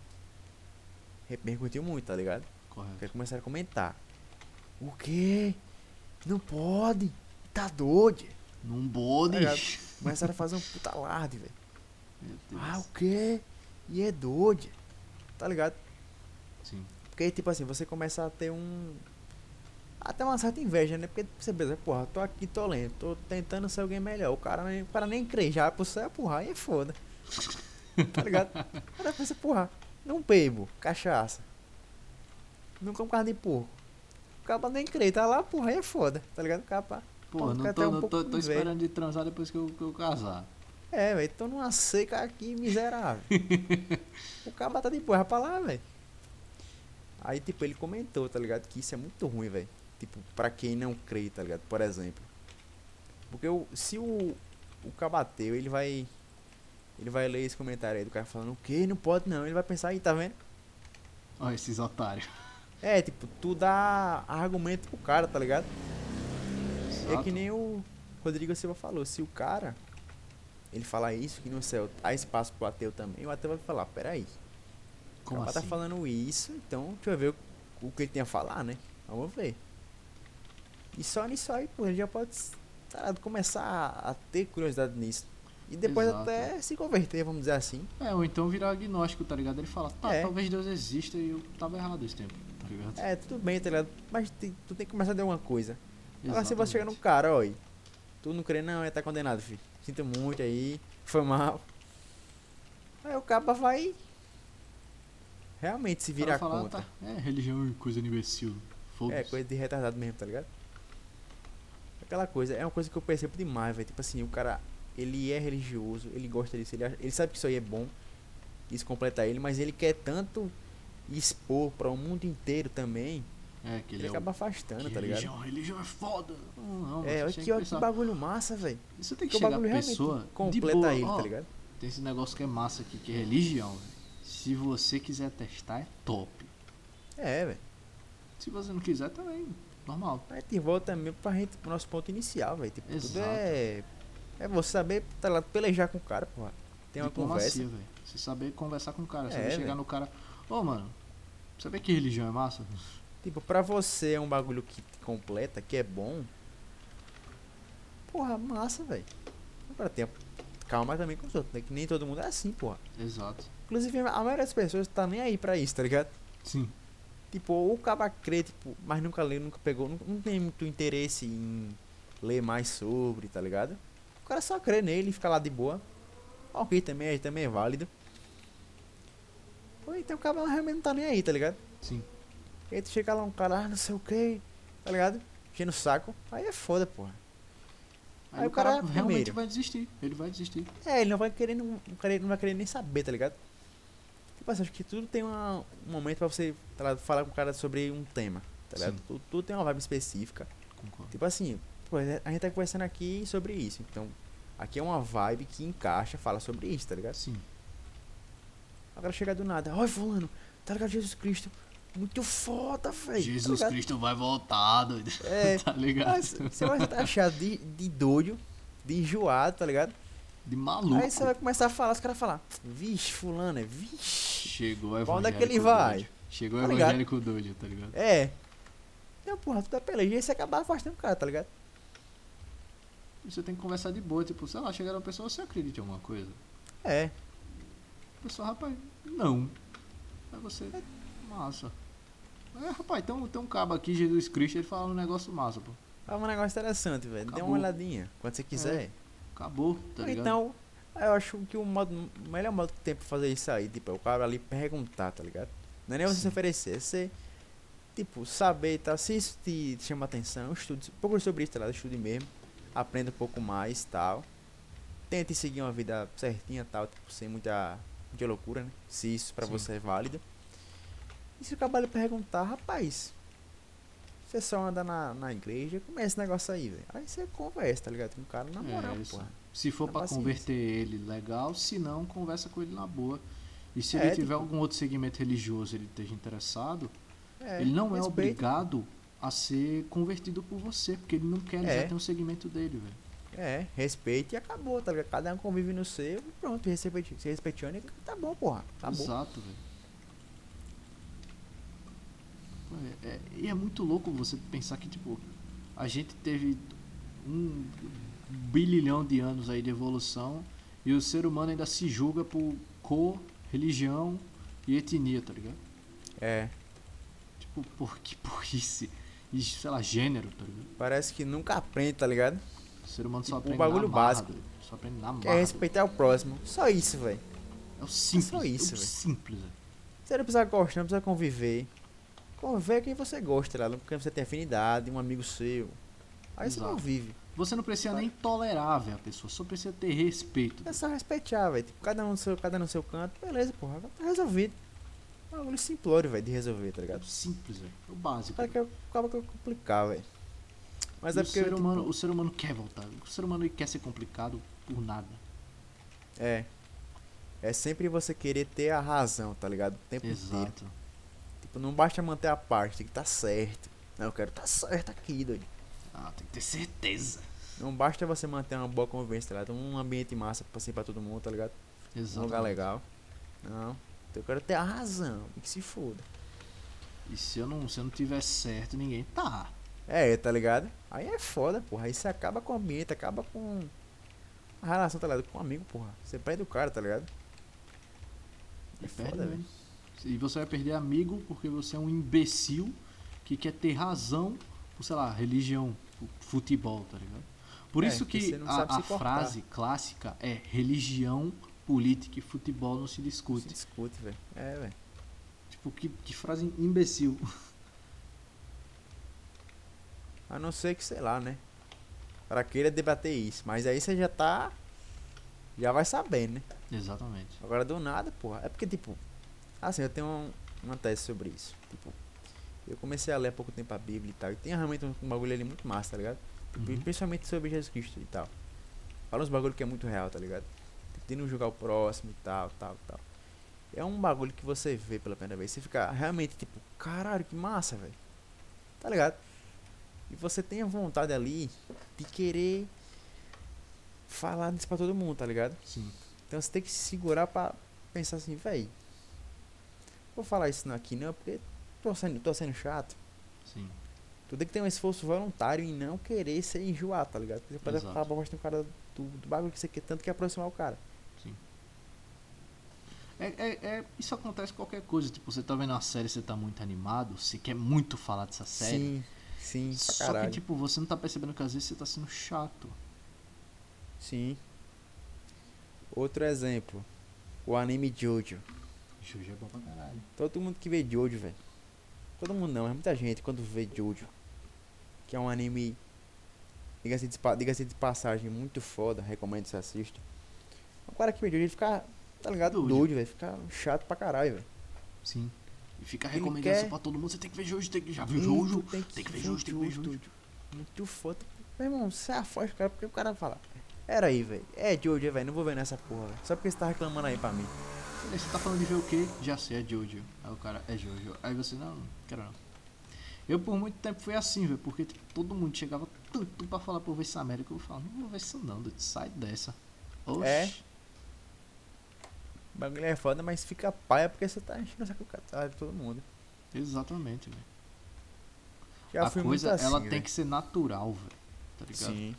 [SPEAKER 1] repercutiu muito, tá ligado? Porque
[SPEAKER 2] Correto.
[SPEAKER 1] aí começaram a comentar. O quê? Não pode? Tá doido?
[SPEAKER 2] Num bode.
[SPEAKER 1] Tá Começaram a fazer um puta alarde, velho.
[SPEAKER 2] Meu
[SPEAKER 1] Ah, o
[SPEAKER 2] Deus.
[SPEAKER 1] quê? E é doido? Tá ligado?
[SPEAKER 2] Sim.
[SPEAKER 1] Porque, tipo assim, você começa a ter um. Até uma certa inveja, né? Porque você pensa, porra, tô aqui, tô lento, tô tentando ser alguém melhor. O cara nem, o cara nem crê, já pro céu, porra, aí é foda. tá ligado? O cara pensa, porra, não bebo, cachaça. Não como carne de porco. O cara nem crê, tá lá, porra, aí é foda. Tá ligado? O cara
[SPEAKER 2] Pô,
[SPEAKER 1] Então, fica
[SPEAKER 2] não
[SPEAKER 1] até
[SPEAKER 2] tô,
[SPEAKER 1] um
[SPEAKER 2] não tô,
[SPEAKER 1] pouco velho.
[SPEAKER 2] tô esperando de transar depois que eu, que eu casar.
[SPEAKER 1] É, velho, tô numa seca aqui miserável. o cara tá de porra pra lá, velho. Aí, tipo, ele comentou, tá ligado? Que isso é muito ruim, velho. Tipo, pra quem não crê, tá ligado? Por exemplo. Porque o, se o, o cabateu, ele vai. Ele vai ler esse comentário aí do cara falando o quê? Não pode não. Ele vai pensar aí, tá vendo?
[SPEAKER 2] Ó, esses otários.
[SPEAKER 1] É, tipo, tu dá argumento pro cara, tá ligado? É que nem o Rodrigo Silva falou, se o cara ele falar isso, que no céu há espaço pro ateu também, o ateu vai falar, peraí, o
[SPEAKER 2] Como
[SPEAKER 1] cara
[SPEAKER 2] assim?
[SPEAKER 1] tá falando isso, então deixa eu ver o, o que ele tem a falar, né? Vamos ver. E só nisso aí, pô, ele já pode tá ligado, começar a, a ter curiosidade nisso. E depois
[SPEAKER 2] Exato.
[SPEAKER 1] até se converter, vamos dizer assim.
[SPEAKER 2] É, ou então virar agnóstico, tá ligado? Ele fala, tá,
[SPEAKER 1] É.
[SPEAKER 2] talvez Deus exista e eu tava errado esse tempo, tá ligado?
[SPEAKER 1] É, tudo bem, tá ligado? Mas tem- tu tem que começar de alguma coisa. Agora Ah, se você chegar num
[SPEAKER 2] Exatamente.
[SPEAKER 1] cara, ó, e tu não crê não, é tá condenado, filho. Sinto muito aí, foi mal. Aí o capa vai realmente se
[SPEAKER 2] O cara
[SPEAKER 1] virar
[SPEAKER 2] fala,
[SPEAKER 1] contra.
[SPEAKER 2] "Ah, tá, é, religião é coisa de imbecil. Foda-se.
[SPEAKER 1] É, coisa de retardado mesmo, tá ligado? Aquela coisa, é uma coisa que eu percebo demais, velho. Tipo assim, o cara, ele é religioso, ele gosta disso, ele, acha- ele sabe que isso aí é bom, isso completa ele, mas ele quer tanto expor pra o mundo inteiro também,
[SPEAKER 2] É, que
[SPEAKER 1] ele,
[SPEAKER 2] ele, é
[SPEAKER 1] acaba
[SPEAKER 2] o...
[SPEAKER 1] afastando,
[SPEAKER 2] que
[SPEAKER 1] tá ligado?
[SPEAKER 2] religião, religião é foda. Não, não,
[SPEAKER 1] É, olha
[SPEAKER 2] você tem
[SPEAKER 1] que, olha que
[SPEAKER 2] pensar.
[SPEAKER 1] bagulho massa, velho.
[SPEAKER 2] Você tem que
[SPEAKER 1] Porque o
[SPEAKER 2] chegar pra
[SPEAKER 1] bagulho realmente
[SPEAKER 2] pessoa
[SPEAKER 1] completa
[SPEAKER 2] de boa,
[SPEAKER 1] ele,
[SPEAKER 2] ó,
[SPEAKER 1] tá ligado?
[SPEAKER 2] Tem esse negócio que é massa aqui, que é religião, velho. Se você quiser testar, é top.
[SPEAKER 1] É, velho.
[SPEAKER 2] Se você não quiser, também, normal.
[SPEAKER 1] Mas te volta mesmo pra gente, pro nosso ponto inicial, velho. Tipo, tudo
[SPEAKER 2] Exato.
[SPEAKER 1] é. É você saber, tá lá, pelejar com o cara, porra. Tem uma conversa.
[SPEAKER 2] Diplomacia, velho. Você saber conversar com o cara,
[SPEAKER 1] É,
[SPEAKER 2] saber chegar
[SPEAKER 1] velho.
[SPEAKER 2] no cara. Ô, mano, saber que religião é massa?
[SPEAKER 1] Tipo, pra você é um bagulho que te completa, que é bom. Porra, massa, velho. Agora tem a- calma também com os outros, né? Que nem todo mundo é assim, porra.
[SPEAKER 2] Exato.
[SPEAKER 1] Inclusive, a maioria das pessoas tá nem aí pra isso, tá ligado?
[SPEAKER 2] Sim.
[SPEAKER 1] Tipo, ou o cara crê, tipo, mas nunca leu, nunca pegou, nu- não tem muito interesse em ler mais sobre, tá ligado? O cara só crê nele e fica lá de boa. Ok, também é, também é válido. Ou então o cara realmente não tá nem aí, tá ligado?
[SPEAKER 2] Sim.
[SPEAKER 1] E aí tu chega lá um cara, ah, não sei o que, tá ligado? Enchendo o saco, aí é foda, porra.
[SPEAKER 2] Aí,
[SPEAKER 1] Aí
[SPEAKER 2] o
[SPEAKER 1] o
[SPEAKER 2] cara,
[SPEAKER 1] cara é
[SPEAKER 2] realmente
[SPEAKER 1] primeiro.
[SPEAKER 2] vai desistir. Ele vai desistir.
[SPEAKER 1] É, ele não vai querer, não, não querer- não vai querer nem saber, tá ligado? Tipo assim, acho que tudo tem uma- um momento pra você tá ligado, falar com o cara sobre um tema, tá ligado?
[SPEAKER 2] Sim.
[SPEAKER 1] Tudo, tudo tem uma vibe específica.
[SPEAKER 2] Concordo.
[SPEAKER 1] Tipo assim, pô, a gente tá conversando aqui sobre isso, então aqui é uma vibe que encaixa, fala sobre isso, tá ligado?
[SPEAKER 2] Sim.
[SPEAKER 1] Agora chega do nada, olha fulano, tá ligado? Jesus Cristo, muito foda, velho.
[SPEAKER 2] Jesus
[SPEAKER 1] tá ligado?
[SPEAKER 2] Cristo vai voltar, doido.
[SPEAKER 1] É,
[SPEAKER 2] tá ligado?
[SPEAKER 1] mas você vai estar achado de, de doido, de enjoado, tá ligado?
[SPEAKER 2] De maluco.
[SPEAKER 1] Aí você vai começar a falar, os caras falar, vixe, fulano, é vixe.
[SPEAKER 2] Chegou o
[SPEAKER 1] Pra onde é que
[SPEAKER 2] evangélico
[SPEAKER 1] ele vai?
[SPEAKER 2] doido. Chegou o
[SPEAKER 1] Tá ligado?
[SPEAKER 2] evangélico doido, tá ligado?
[SPEAKER 1] É. Então, porra, tu tá pelejando e você acabar afastando o cara, tá ligado?
[SPEAKER 2] Você tem que conversar de boa, tipo, sei lá, chegar uma pessoa, você acredita em alguma coisa?
[SPEAKER 1] É.
[SPEAKER 2] A pessoa, rapaz, não. Aí você, massa. É, rapaz, tem um, tem um cabo aqui, Jesus Cristo, ele fala um negócio massa, pô.
[SPEAKER 1] É um negócio interessante, velho. Dê
[SPEAKER 2] Acabou.
[SPEAKER 1] uma olhadinha, quando você quiser.
[SPEAKER 2] Acabou, tá
[SPEAKER 1] Ou
[SPEAKER 2] ligado?
[SPEAKER 1] então, eu acho que o, modo, o melhor modo que tem pra fazer isso aí, tipo, é o cara ali perguntar, tá ligado? Não é nem você
[SPEAKER 2] Sim.
[SPEAKER 1] se oferecer, é você, tipo, saber e tal. Se isso te, te chama atenção, estude, procure sobre isso, tá ligado? Estude mesmo, aprenda um pouco mais e tal. Tente seguir uma vida certinha e tal, tipo, sem muita, muita loucura, né? Se isso pra
[SPEAKER 2] Sim.
[SPEAKER 1] você é válido. E se o cara lhe perguntar, rapaz, você só anda na, na igreja, começa esse negócio aí, velho. Aí você conversa, tá ligado? Com o cara na
[SPEAKER 2] É,
[SPEAKER 1] moral,
[SPEAKER 2] isso.
[SPEAKER 1] porra.
[SPEAKER 2] Se for
[SPEAKER 1] Na
[SPEAKER 2] pra
[SPEAKER 1] paciência.
[SPEAKER 2] converter ele, legal. Se não, conversa com ele na boa. E se
[SPEAKER 1] É,
[SPEAKER 2] ele
[SPEAKER 1] tipo-
[SPEAKER 2] tiver algum outro segmento religioso ele esteja interessado,
[SPEAKER 1] É,
[SPEAKER 2] ele não é
[SPEAKER 1] respeita.
[SPEAKER 2] obrigado a ser convertido por você, porque ele não quer, ele
[SPEAKER 1] É.
[SPEAKER 2] já tem um segmento dele, velho.
[SPEAKER 1] É, respeito e acabou, tá ligado? Cada um convive no seu e pronto, respeite- se respeitando e tá bom, porra. Tá bom.
[SPEAKER 2] Exato, velho. Pô, é- é- e é muito louco você pensar que, tipo, a gente teve um bilhão de anos aí de evolução e o ser humano ainda se julga por cor, religião e etnia, tá ligado?
[SPEAKER 1] É,
[SPEAKER 2] Tipo, por que porrice? E, sei lá, gênero, tá ligado?
[SPEAKER 1] parece que nunca aprende, tá ligado?
[SPEAKER 2] O ser humano só
[SPEAKER 1] Tipo, o
[SPEAKER 2] aprende
[SPEAKER 1] bagulho
[SPEAKER 2] na marra,
[SPEAKER 1] básico.
[SPEAKER 2] doido. Só aprende na marra.
[SPEAKER 1] Quer
[SPEAKER 2] doido.
[SPEAKER 1] respeitar o próximo. Só isso, velho.
[SPEAKER 2] É o simples.
[SPEAKER 1] só isso,
[SPEAKER 2] é o
[SPEAKER 1] velho.
[SPEAKER 2] simples, velho.
[SPEAKER 1] Você não precisa gostar, não precisa conviver. Convive quem você gosta, lá, com quem você tem afinidade, um amigo seu. Aí você
[SPEAKER 2] Exato.
[SPEAKER 1] convive.
[SPEAKER 2] Você não precisa nem tolerar, velho, a pessoa. Só precisa ter respeito. tá
[SPEAKER 1] É só respeitar, velho. Tipo, cada um no seu, cada um no seu canto, beleza, porra. Tá resolvido. É um bagulho simplório, velho, de resolver, tá ligado?
[SPEAKER 2] Simples, velho. É o básico.
[SPEAKER 1] Pra que eu, acaba que eu complicar, velho. Mas
[SPEAKER 2] E
[SPEAKER 1] é
[SPEAKER 2] o,
[SPEAKER 1] porque.
[SPEAKER 2] ser
[SPEAKER 1] tipo,
[SPEAKER 2] humano, o ser humano quer voltar. O ser humano ele quer ser complicado por nada.
[SPEAKER 1] É. É sempre você querer ter a razão, tá ligado? O tempo inteiro.
[SPEAKER 2] Exato.
[SPEAKER 1] Tipo, não basta manter a parte, tem que tá certo. Não, eu quero tá certo aqui, doido.
[SPEAKER 2] Ah, tem que ter certeza.
[SPEAKER 1] Não basta você manter uma boa convivência, tá ligado? Um ambiente massa pra, assim, pra todo mundo, tá ligado? Um
[SPEAKER 2] Exato.
[SPEAKER 1] lugar legal. Não. Então eu quero ter a razão. e Que se foda.
[SPEAKER 2] E se eu, não, se eu não tiver certo, ninguém tá.
[SPEAKER 1] É, tá ligado? Aí é foda, porra. Aí você acaba com o ambiente, acaba com a relação, tá ligado? Com o amigo, porra. Você perde o cara, tá ligado?
[SPEAKER 2] E
[SPEAKER 1] É
[SPEAKER 2] perde né?
[SPEAKER 1] foda,
[SPEAKER 2] mesmo. E você vai perder amigo porque você é um imbecil que quer ter razão por, sei lá, religião, fu- futebol, tá ligado? Por
[SPEAKER 1] É,
[SPEAKER 2] isso
[SPEAKER 1] porque
[SPEAKER 2] que
[SPEAKER 1] você não
[SPEAKER 2] a,
[SPEAKER 1] sabe se
[SPEAKER 2] a
[SPEAKER 1] portar.
[SPEAKER 2] frase clássica é religião, política e futebol não se
[SPEAKER 1] Se
[SPEAKER 2] discute.
[SPEAKER 1] discute, velho. É, velho.
[SPEAKER 2] Tipo, que, que frase imbecil.
[SPEAKER 1] A não ser que, sei lá, né? Pra queira debater isso. Mas aí você já tá. Já vai sabendo, né?
[SPEAKER 2] Exatamente.
[SPEAKER 1] Agora do nada, porra. É porque, tipo. Assim, eu tenho um- uma tese sobre isso. Tipo, eu comecei a ler há pouco tempo a Bíblia e tal. E tem realmente um, um bagulho ali muito massa, tá ligado? Tipo, e
[SPEAKER 2] Uhum.
[SPEAKER 1] Principalmente sobre Jesus Cristo e tal. Fala uns bagulho que é muito real, tá ligado? Tipo, de não julgar o próximo e tal, tal, tal. É um bagulho que você vê pela primeira vez. Você fica realmente tipo, caralho, que massa, velho. Tá ligado? E você tem a vontade ali de querer falar disso pra todo mundo, tá ligado?
[SPEAKER 2] Sim.
[SPEAKER 1] Então você tem que se segurar pra pensar assim, véi. Vou falar isso aqui não, porque tô sendo, tô sendo chato.
[SPEAKER 2] Sim.
[SPEAKER 1] Tu tem que ter um esforço voluntário e não querer ser enjoar, tá ligado? Porque Você pode
[SPEAKER 2] Exato.
[SPEAKER 1] falar pra mostrar um cara do, do bagulho que você quer tanto que aproximar o cara.
[SPEAKER 2] É, é- é- isso acontece com qualquer coisa. Tipo, você tá vendo uma série, você tá muito animado, você quer muito falar dessa série.
[SPEAKER 1] Sim, sim, pra
[SPEAKER 2] Só que,
[SPEAKER 1] caralho.
[SPEAKER 2] tipo, você não tá percebendo que às vezes você tá sendo chato.
[SPEAKER 1] Sim. Outro exemplo. O anime Jojo.
[SPEAKER 2] Juju é bom pra caralho.
[SPEAKER 1] Todo mundo que vê Jojo, velho. Todo mundo não, mas muita gente quando vê Jojo. Que é um anime. Diga-se de, pa- diga-se de passagem, muito foda. Recomendo que você assista. O cara que vê Jojo, ele fica. Tá ligado?
[SPEAKER 2] Doido.
[SPEAKER 1] Doido, velho. Fica chato pra caralho, velho.
[SPEAKER 2] Sim. E fica
[SPEAKER 1] Ele
[SPEAKER 2] recomendando
[SPEAKER 1] quer-
[SPEAKER 2] isso pra todo mundo. Você tem que ver Jojo, tem que... já viu
[SPEAKER 1] Muito,
[SPEAKER 2] Jojo?
[SPEAKER 1] tem
[SPEAKER 2] tem que ver Jojo, tem que ver Jojo.
[SPEAKER 1] Muito foda. Meu irmão, você afasta o cara, porque o cara fala. Era aí, velho. É Jojo, velho. Não vou ver nessa porra, velho. Só porque você tá reclamando aí pra mim.
[SPEAKER 2] Aí você tá falando de ver o quê? Já sei, é Jojo. Aí o cara, é Jojo. Aí você, não, não quero não. Eu por muito tempo fui assim, velho, porque tipo, todo mundo chegava tanto pra falar pra eu ver essa merda que eu falava, não vou ver isso não, doido, sai dessa. Oxi.
[SPEAKER 1] É. O bagulho é foda, mas fica paia porque você tá enchendo o saco do cara- de todo mundo.
[SPEAKER 2] Exatamente, velho.
[SPEAKER 1] Já
[SPEAKER 2] a
[SPEAKER 1] fui
[SPEAKER 2] coisa,
[SPEAKER 1] muito assim,
[SPEAKER 2] ela tem
[SPEAKER 1] velho.
[SPEAKER 2] que ser natural, velho. Tá ligado?
[SPEAKER 1] Sim.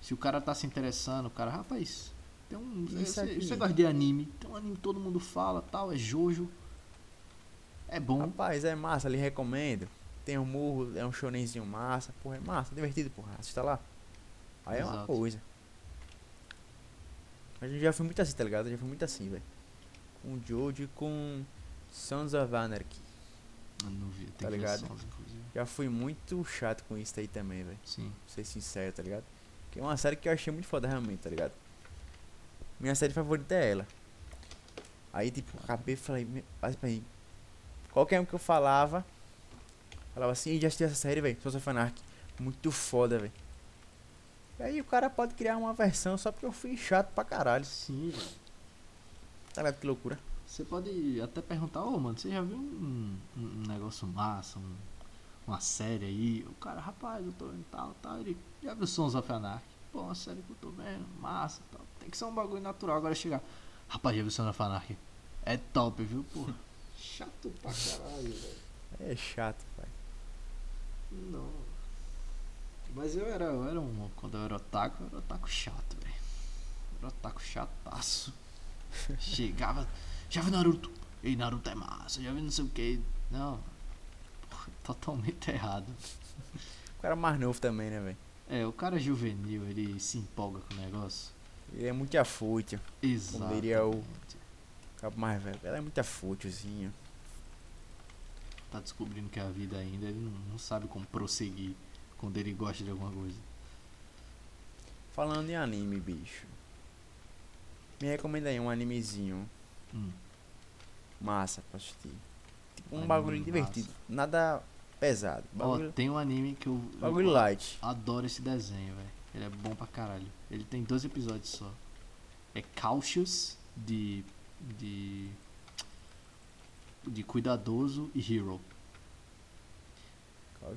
[SPEAKER 2] Se o cara tá se interessando, o cara, rapaz, tem um.
[SPEAKER 1] Isso é
[SPEAKER 2] Você,
[SPEAKER 1] aqui.
[SPEAKER 2] você gosta de anime? Tem um anime que todo mundo fala, tal, é Jojo. É bom.
[SPEAKER 1] Rapaz, é massa, lhe recomendo. Tem um murro, é um shonenzinho massa, porra, é massa, divertido, porra. Assista lá. Aí é uma
[SPEAKER 2] Exato.
[SPEAKER 1] coisa. A gente já foi muito assim, tá ligado? Já foi muito assim, velho. Com Jojo e com Sons of Anarchy.
[SPEAKER 2] Eu não vi, tem
[SPEAKER 1] Tá ligado?
[SPEAKER 2] versões, inclusive.
[SPEAKER 1] Já fui muito chato com isso aí também, velho.
[SPEAKER 2] Sim.
[SPEAKER 1] Pra ser sincero, tá ligado? Que é uma série que eu achei muito foda realmente, tá ligado? Minha série favorita é ela. Aí tipo, acabei e falei, "Me- mas peraí. Qualquer um que eu falava, falava assim, "Ih, já assisti essa série, velho, Sons of Anarchy. Muito foda, velho. E aí o cara pode criar uma versão só porque eu fui chato pra caralho.
[SPEAKER 2] Sim, velho.
[SPEAKER 1] Tá ligado que loucura?
[SPEAKER 2] Você pode até perguntar, ô mano, você já viu um, um negócio massa, um- uma série aí? O cara, rapaz, eu tô vendo tal, tal, ele já viu Sons of Anarchy? Pô, uma série que eu tô vendo, massa, tal. Tem que ser um bagulho natural agora chegar. Rapaz, já viu Sons of Anarchy? É top, viu, porra? Chato pra caralho, velho.
[SPEAKER 1] É chato, pai.
[SPEAKER 2] Não. Mas eu era, eu era um. Quando eu era otaku, eu era otaku chato, velho. Eu Era otaku chataço. Chegava. Já vi Naruto. Ei, Naruto é massa, já vi não sei o que. Não. Porra, Totalmente errado.
[SPEAKER 1] O cara é mais novo também, né, velho?
[SPEAKER 2] É, o cara juvenil, ele se empolga com o negócio.
[SPEAKER 1] Ele é muito afútil.
[SPEAKER 2] Exato.
[SPEAKER 1] diria o- Cabo mais velho. Ela é muito afútilzinho.
[SPEAKER 2] Tá descobrindo que a vida ainda, ele não, não sabe como prosseguir quando ele gosta de alguma coisa.
[SPEAKER 1] Falando em anime, bicho. Me recomenda aí um animezinho
[SPEAKER 2] Hum.
[SPEAKER 1] massa pra assistir. tipo um
[SPEAKER 2] Anime
[SPEAKER 1] bagulho
[SPEAKER 2] massa.
[SPEAKER 1] divertido. Nada pesado.
[SPEAKER 2] Ó,
[SPEAKER 1] Bagulho,
[SPEAKER 2] tem um anime que eu, eu
[SPEAKER 1] bagulho light.
[SPEAKER 2] adoro esse desenho, velho. Ele é bom pra caralho. Ele tem dois episódios só. É Cautious de. de. de Cuidadoso e Hero.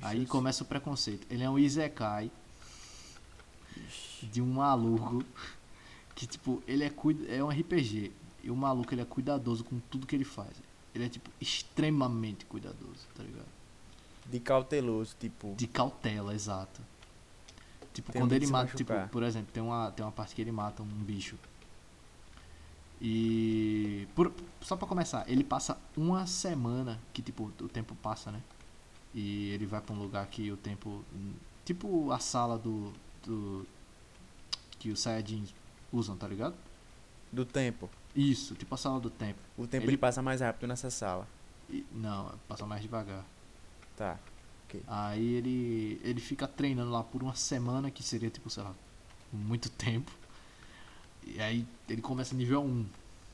[SPEAKER 2] Aí
[SPEAKER 1] Cautious.
[SPEAKER 2] começa o preconceito. Ele é um Isekai
[SPEAKER 1] Ixi.
[SPEAKER 2] de um maluco que, tipo, ele é, cuida- é um RPG. E o maluco, ele é cuidadoso com tudo que ele faz. Ele é, tipo, extremamente cuidadoso, tá ligado?
[SPEAKER 1] De cauteloso, tipo.
[SPEAKER 2] De cautela, exato. Tipo,
[SPEAKER 1] Tem
[SPEAKER 2] quando
[SPEAKER 1] medo de
[SPEAKER 2] ele
[SPEAKER 1] se
[SPEAKER 2] mata, tipo,
[SPEAKER 1] machucar.
[SPEAKER 2] por exemplo, tem uma, tem uma parte que ele mata um bicho. E. por- só pra começar, ele passa uma semana que, tipo, o tempo passa, né? E ele vai pra um lugar que o tempo. Tipo a sala do. do que os Saiyajins usam, tá ligado?
[SPEAKER 1] Do tempo.
[SPEAKER 2] Isso, tipo a sala do tempo.
[SPEAKER 1] O tempo
[SPEAKER 2] Ele-
[SPEAKER 1] ele passa mais rápido nessa sala.
[SPEAKER 2] E- não, passa mais devagar.
[SPEAKER 1] Tá.
[SPEAKER 2] Aí ele, ele fica treinando lá por uma semana, que seria tipo, sei lá, muito tempo. E aí ele começa nível 1.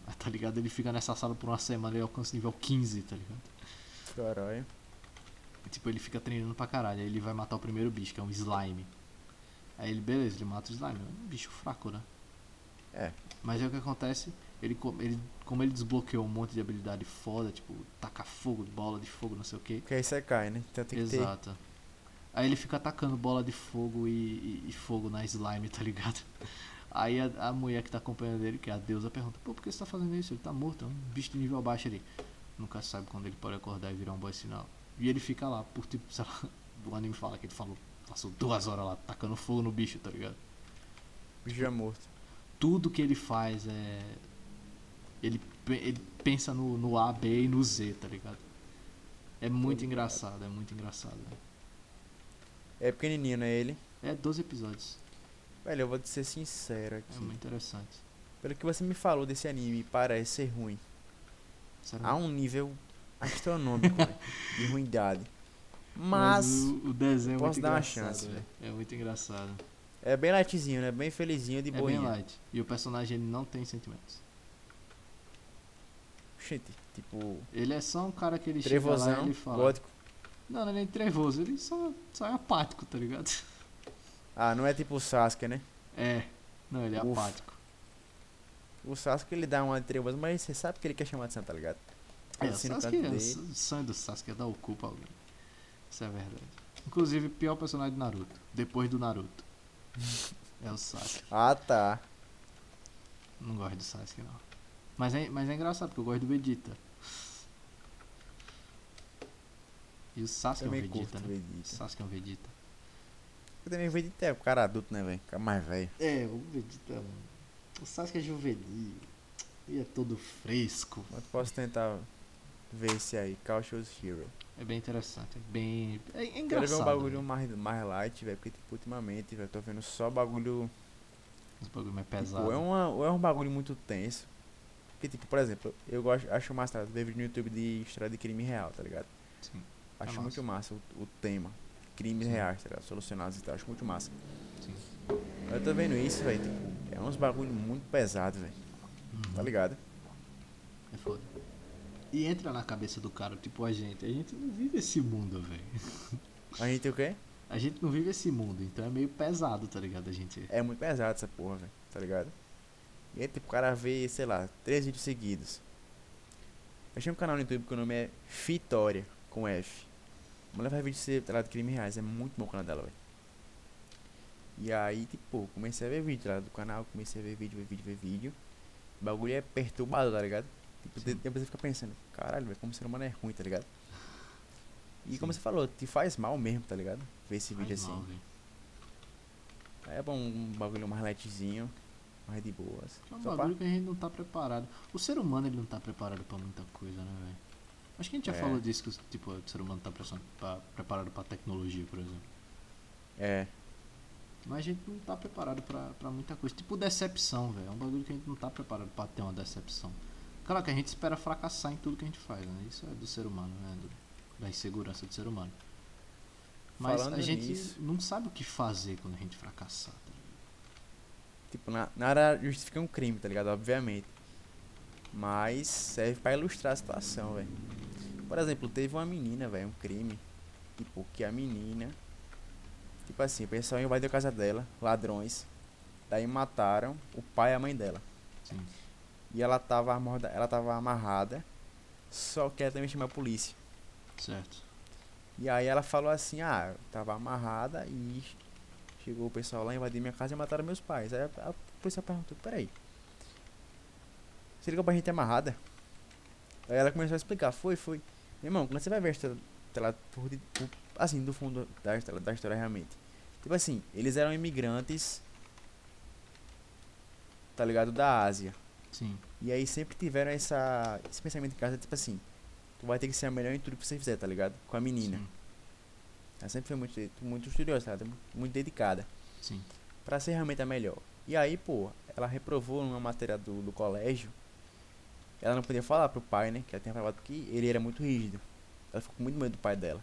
[SPEAKER 2] Aí, tá ligado? Ele fica nessa sala por uma semana e alcança nível 15, tá ligado?
[SPEAKER 1] Caralho.
[SPEAKER 2] E, tipo, ele fica treinando pra caralho. Aí ele vai matar o primeiro bicho, que é um slime. Aí ele, beleza, ele mata o slime. É um bicho fraco, né?
[SPEAKER 1] É.
[SPEAKER 2] Mas aí o que acontece? Ele, co- ele, como ele desbloqueou um monte de habilidade foda, tipo, taca fogo, bola de fogo, não sei o que.
[SPEAKER 1] Porque aí você cai, né? Então tem que ter.
[SPEAKER 2] Exato. Aí ele fica atacando bola de fogo e, e- e fogo na slime, tá ligado? Aí a, a mulher que tá acompanhando ele, que é a deusa, pergunta: Pô, por que você tá fazendo isso? Ele tá morto, é um bicho de nível baixo ali. Nunca sabe quando ele pode acordar e virar um boy sinal. E ele fica lá, por tipo, sei lá, o anime fala que ele falou, passou duas horas lá tacando fogo no bicho, tá ligado?
[SPEAKER 1] Bicho já morto.
[SPEAKER 2] tudo que ele faz é. Ele, pe- ele pensa no, no A, B e no Z, tá ligado? É muito engraçado, é muito engraçado. né?
[SPEAKER 1] É pequenininho, né? Ele.
[SPEAKER 2] É 12 episódios,
[SPEAKER 1] Velho, eu vou te ser sincero aqui.
[SPEAKER 2] é muito interessante.
[SPEAKER 1] Pelo que você me falou desse anime, parece ser ruim.
[SPEAKER 2] Sério.
[SPEAKER 1] A um nível astronômico velho, de ruindade. Mas.
[SPEAKER 2] o, o desenho é
[SPEAKER 1] posso
[SPEAKER 2] muito
[SPEAKER 1] dar uma
[SPEAKER 2] engraçado,
[SPEAKER 1] chance,
[SPEAKER 2] velho. É muito engraçado.
[SPEAKER 1] É bem lightzinho, né? Bem felizinho, de
[SPEAKER 2] é bem
[SPEAKER 1] boinha.
[SPEAKER 2] light. E o personagem ele não tem sentimentos.
[SPEAKER 1] Gente, tipo.
[SPEAKER 2] Ele é só um cara que ele chega lá e
[SPEAKER 1] Trevosão,
[SPEAKER 2] ele fala.
[SPEAKER 1] gótico.
[SPEAKER 2] Não, não é nem trevoso, ele só, só é apático, tá ligado?
[SPEAKER 1] Ah, não é tipo o Sasuke, né?
[SPEAKER 2] É. Não, ele é
[SPEAKER 1] Ufa.
[SPEAKER 2] apático.
[SPEAKER 1] O Sasuke ele dá uma de trevoso, mas você sabe que ele quer chamar de santo, tá ligado?
[SPEAKER 2] É,
[SPEAKER 1] Assim, no
[SPEAKER 2] Sasuke,
[SPEAKER 1] canto
[SPEAKER 2] o
[SPEAKER 1] dele.
[SPEAKER 2] s- o sonho do Sasuke é dar o cu pra alguém. Isso é verdade. Inclusive, pior personagem do Naruto. Depois do Naruto. é o Sasuke.
[SPEAKER 1] Ah, tá.
[SPEAKER 2] Não gosto do Sasuke, não. Mas é, mas é engraçado, porque eu gosto do Vegeta. E o Sasuke é
[SPEAKER 1] Também
[SPEAKER 2] um Vegeta,
[SPEAKER 1] curto
[SPEAKER 2] né? O
[SPEAKER 1] Vegeta.
[SPEAKER 2] Sasuke é um Vegeta.
[SPEAKER 1] Eu também Vegeta é o cara adulto, né, velho? Cara mais velho.
[SPEAKER 2] É, o Vegeta... O Sasuke é juvenil. E é todo fresco.
[SPEAKER 1] Mas posso tentar ver esse aí, Cautious Hero.
[SPEAKER 2] É bem interessante. É bem... É, é
[SPEAKER 1] Quero
[SPEAKER 2] engraçado.
[SPEAKER 1] ver um bagulho
[SPEAKER 2] né?
[SPEAKER 1] mais, mais light, velho, porque tipo, ultimamente, velho, eu tô vendo só bagulho.
[SPEAKER 2] Os bagulho mais
[SPEAKER 1] Tipo,
[SPEAKER 2] pesado.
[SPEAKER 1] é, uma, ou é um bagulho muito tenso. Porque, tipo, por exemplo, eu gosto, acho massa tá, ver vídeo no YouTube de história de crime real, tá ligado?
[SPEAKER 2] Sim.
[SPEAKER 1] Acho
[SPEAKER 2] Ah, massa.
[SPEAKER 1] muito massa o, o tema. Crimes
[SPEAKER 2] Sim.
[SPEAKER 1] reais, tá ligado? Solucionados e tal, acho muito massa.
[SPEAKER 2] Sim.
[SPEAKER 1] Eu tô vendo isso, velho, tipo, é uns bagulho muito pesado, velho, tá
[SPEAKER 2] Uhum.
[SPEAKER 1] ligado?
[SPEAKER 2] É foda. E entra na cabeça do cara, tipo a gente. A gente não vive esse mundo, velho.
[SPEAKER 1] A gente o quê?
[SPEAKER 2] A gente não vive esse mundo, então é meio pesado, tá ligado? A gente.
[SPEAKER 1] É muito pesado essa porra, velho, tá ligado? E aí, tipo, o cara vê, sei lá, três vídeos seguidos. Eu achei um canal no YouTube que o nome é Fitória, com F. A mulher faz vídeo de, sei lá, de crime reais, é muito bom o canal dela, velho. E aí, tipo, comecei a ver vídeo lá do canal, comecei a ver vídeo, ver vídeo, ver vídeo. O bagulho é perturbado, tá ligado? Tipo, de-
[SPEAKER 2] Sim.
[SPEAKER 1] depois você fica pensando, caralho, velho, como ser humano é ruim, tá ligado? E como você falou, te faz mal mesmo, tá ligado? Ver esse vídeo
[SPEAKER 2] Faz
[SPEAKER 1] assim.
[SPEAKER 2] mal, velho.
[SPEAKER 1] É bom um bagulho mais lightzinho, mais de boas.
[SPEAKER 2] É um
[SPEAKER 1] Só pra...
[SPEAKER 2] bagulho que a gente não tá preparado. O ser humano, ele não tá preparado pra muita coisa, né, velho? Acho que a gente já
[SPEAKER 1] É.
[SPEAKER 2] falou disso, que os- tipo, o ser humano tá pressão- tá preparado pra tecnologia, por exemplo.
[SPEAKER 1] É,
[SPEAKER 2] Mas a gente não tá preparado pra, pra muita coisa. Tipo decepção, velho. É um bagulho que a gente não tá preparado pra ter uma decepção. Claro que a gente espera fracassar em tudo que a gente faz, né? Isso é do ser humano, né? Do- da insegurança do ser humano. Mas a
[SPEAKER 1] Falando
[SPEAKER 2] gente
[SPEAKER 1] nisso-
[SPEAKER 2] não sabe o que fazer quando a gente fracassar. tá ligado?
[SPEAKER 1] tipo, na, nada justifica um crime, tá ligado? Obviamente. Mas serve pra ilustrar a situação, velho. Por exemplo, teve uma menina, velho, um crime. Tipo, que a menina. Tipo assim, o pessoal invadiu a casa dela, ladrões. Daí mataram o pai e a mãe dela.
[SPEAKER 2] Sim.
[SPEAKER 1] E ela tava, amorda- ela tava amarrada. Só que ela também chamou a polícia.
[SPEAKER 2] Certo.
[SPEAKER 1] E aí ela falou assim, ah, eu tava amarrada e chegou o pessoal lá, invadiu minha casa e mataram meus pais. Aí a, a polícia perguntou, peraí. Você ligou pra gente amarrada? Aí ela começou a explicar, foi, foi. Meu irmão, quando você vai ver a história dela por, de- por- assim, do fundo da história, da história realmente. Tipo assim, eles eram imigrantes, tá ligado, da Ásia.
[SPEAKER 2] Sim.
[SPEAKER 1] E aí sempre tiveram essa, esse pensamento em casa, tipo assim, tu vai ter que ser a melhor em tudo que você fizer, tá ligado? Com a menina.
[SPEAKER 2] Sim.
[SPEAKER 1] Ela sempre foi muito, muito estudiosa, ela é muito dedicada.
[SPEAKER 2] Sim.
[SPEAKER 1] Pra ser realmente a melhor. E aí, pô, ela reprovou numa matéria do, do colégio. Ela não podia falar pro pai, né? Que ela tinha falado que ele era muito rígido. Ela ficou com muito medo do pai dela.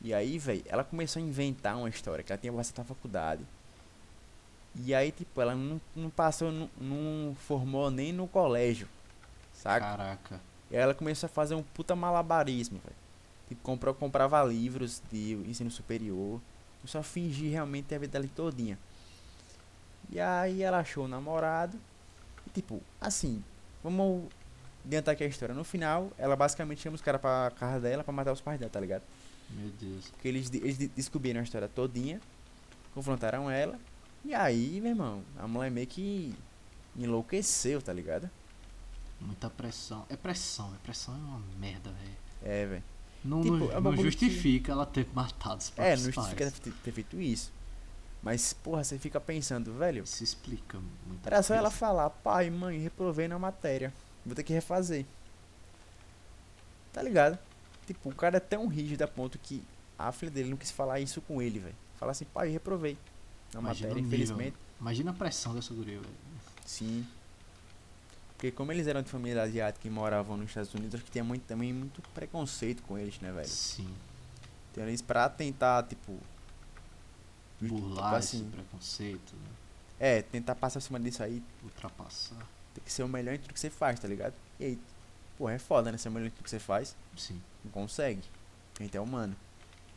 [SPEAKER 1] E aí, velho, ela começou a inventar uma história, que ela tinha passado na faculdade. E aí, tipo, ela não, não passou, não, não formou nem no colégio. Saca?
[SPEAKER 2] Caraca.
[SPEAKER 1] E aí ela começou a fazer um puta malabarismo, velho. Tipo, comprou, comprava livros de ensino superior. Começou a fingir realmente a vida dela todinha. E aí ela achou o namorado. E tipo, assim, vamos adiantar aqui a história. No final, ela basicamente chama os caras pra casa dela pra matar os pais dela, tá ligado?
[SPEAKER 2] Meu Deus.
[SPEAKER 1] Porque eles, de- eles de- descobriram a história todinha, confrontaram ela. E aí, meu irmão, a mulher meio que enlouqueceu, tá ligado?
[SPEAKER 2] Muita pressão. É pressão, é pressão é uma merda, velho.
[SPEAKER 1] É, velho.
[SPEAKER 2] Não,
[SPEAKER 1] Tipo,
[SPEAKER 2] não-
[SPEAKER 1] é um
[SPEAKER 2] não
[SPEAKER 1] bagulho que-
[SPEAKER 2] justifica ela ter matado os
[SPEAKER 1] É,
[SPEAKER 2] próprios
[SPEAKER 1] não
[SPEAKER 2] pais.
[SPEAKER 1] justifica ter, ter feito isso. Mas, porra, você fica pensando, velho.
[SPEAKER 2] Se explica muito.
[SPEAKER 1] Era só ela falar, pai, mãe, reprovei na matéria. Vou ter que refazer. Tá ligado? Tipo, o cara é tão rígido a ponto que a filha dele não quis falar isso com ele, velho. Falar assim, pai, reprovei. Na
[SPEAKER 2] Imagina
[SPEAKER 1] matéria,
[SPEAKER 2] o nível. né?
[SPEAKER 1] infelizmente.
[SPEAKER 2] Imagina a pressão dessa guria, velho.
[SPEAKER 1] Sim. Porque como eles eram de família asiática e moravam nos Estados Unidos, acho que tinha muito, também muito preconceito com eles, né, velho?
[SPEAKER 2] Sim.
[SPEAKER 1] Então eles pra tentar, tipo. tipo
[SPEAKER 2] Burlar
[SPEAKER 1] assim,
[SPEAKER 2] esse preconceito, né?
[SPEAKER 1] É, tentar passar por cima disso aí,
[SPEAKER 2] ultrapassar.
[SPEAKER 1] Tem que ser o melhor em tudo que você faz, tá ligado? E aí, porra, é foda, né? Ser o melhor em tudo que você faz,
[SPEAKER 2] Sim,
[SPEAKER 1] não consegue. A gente é humano.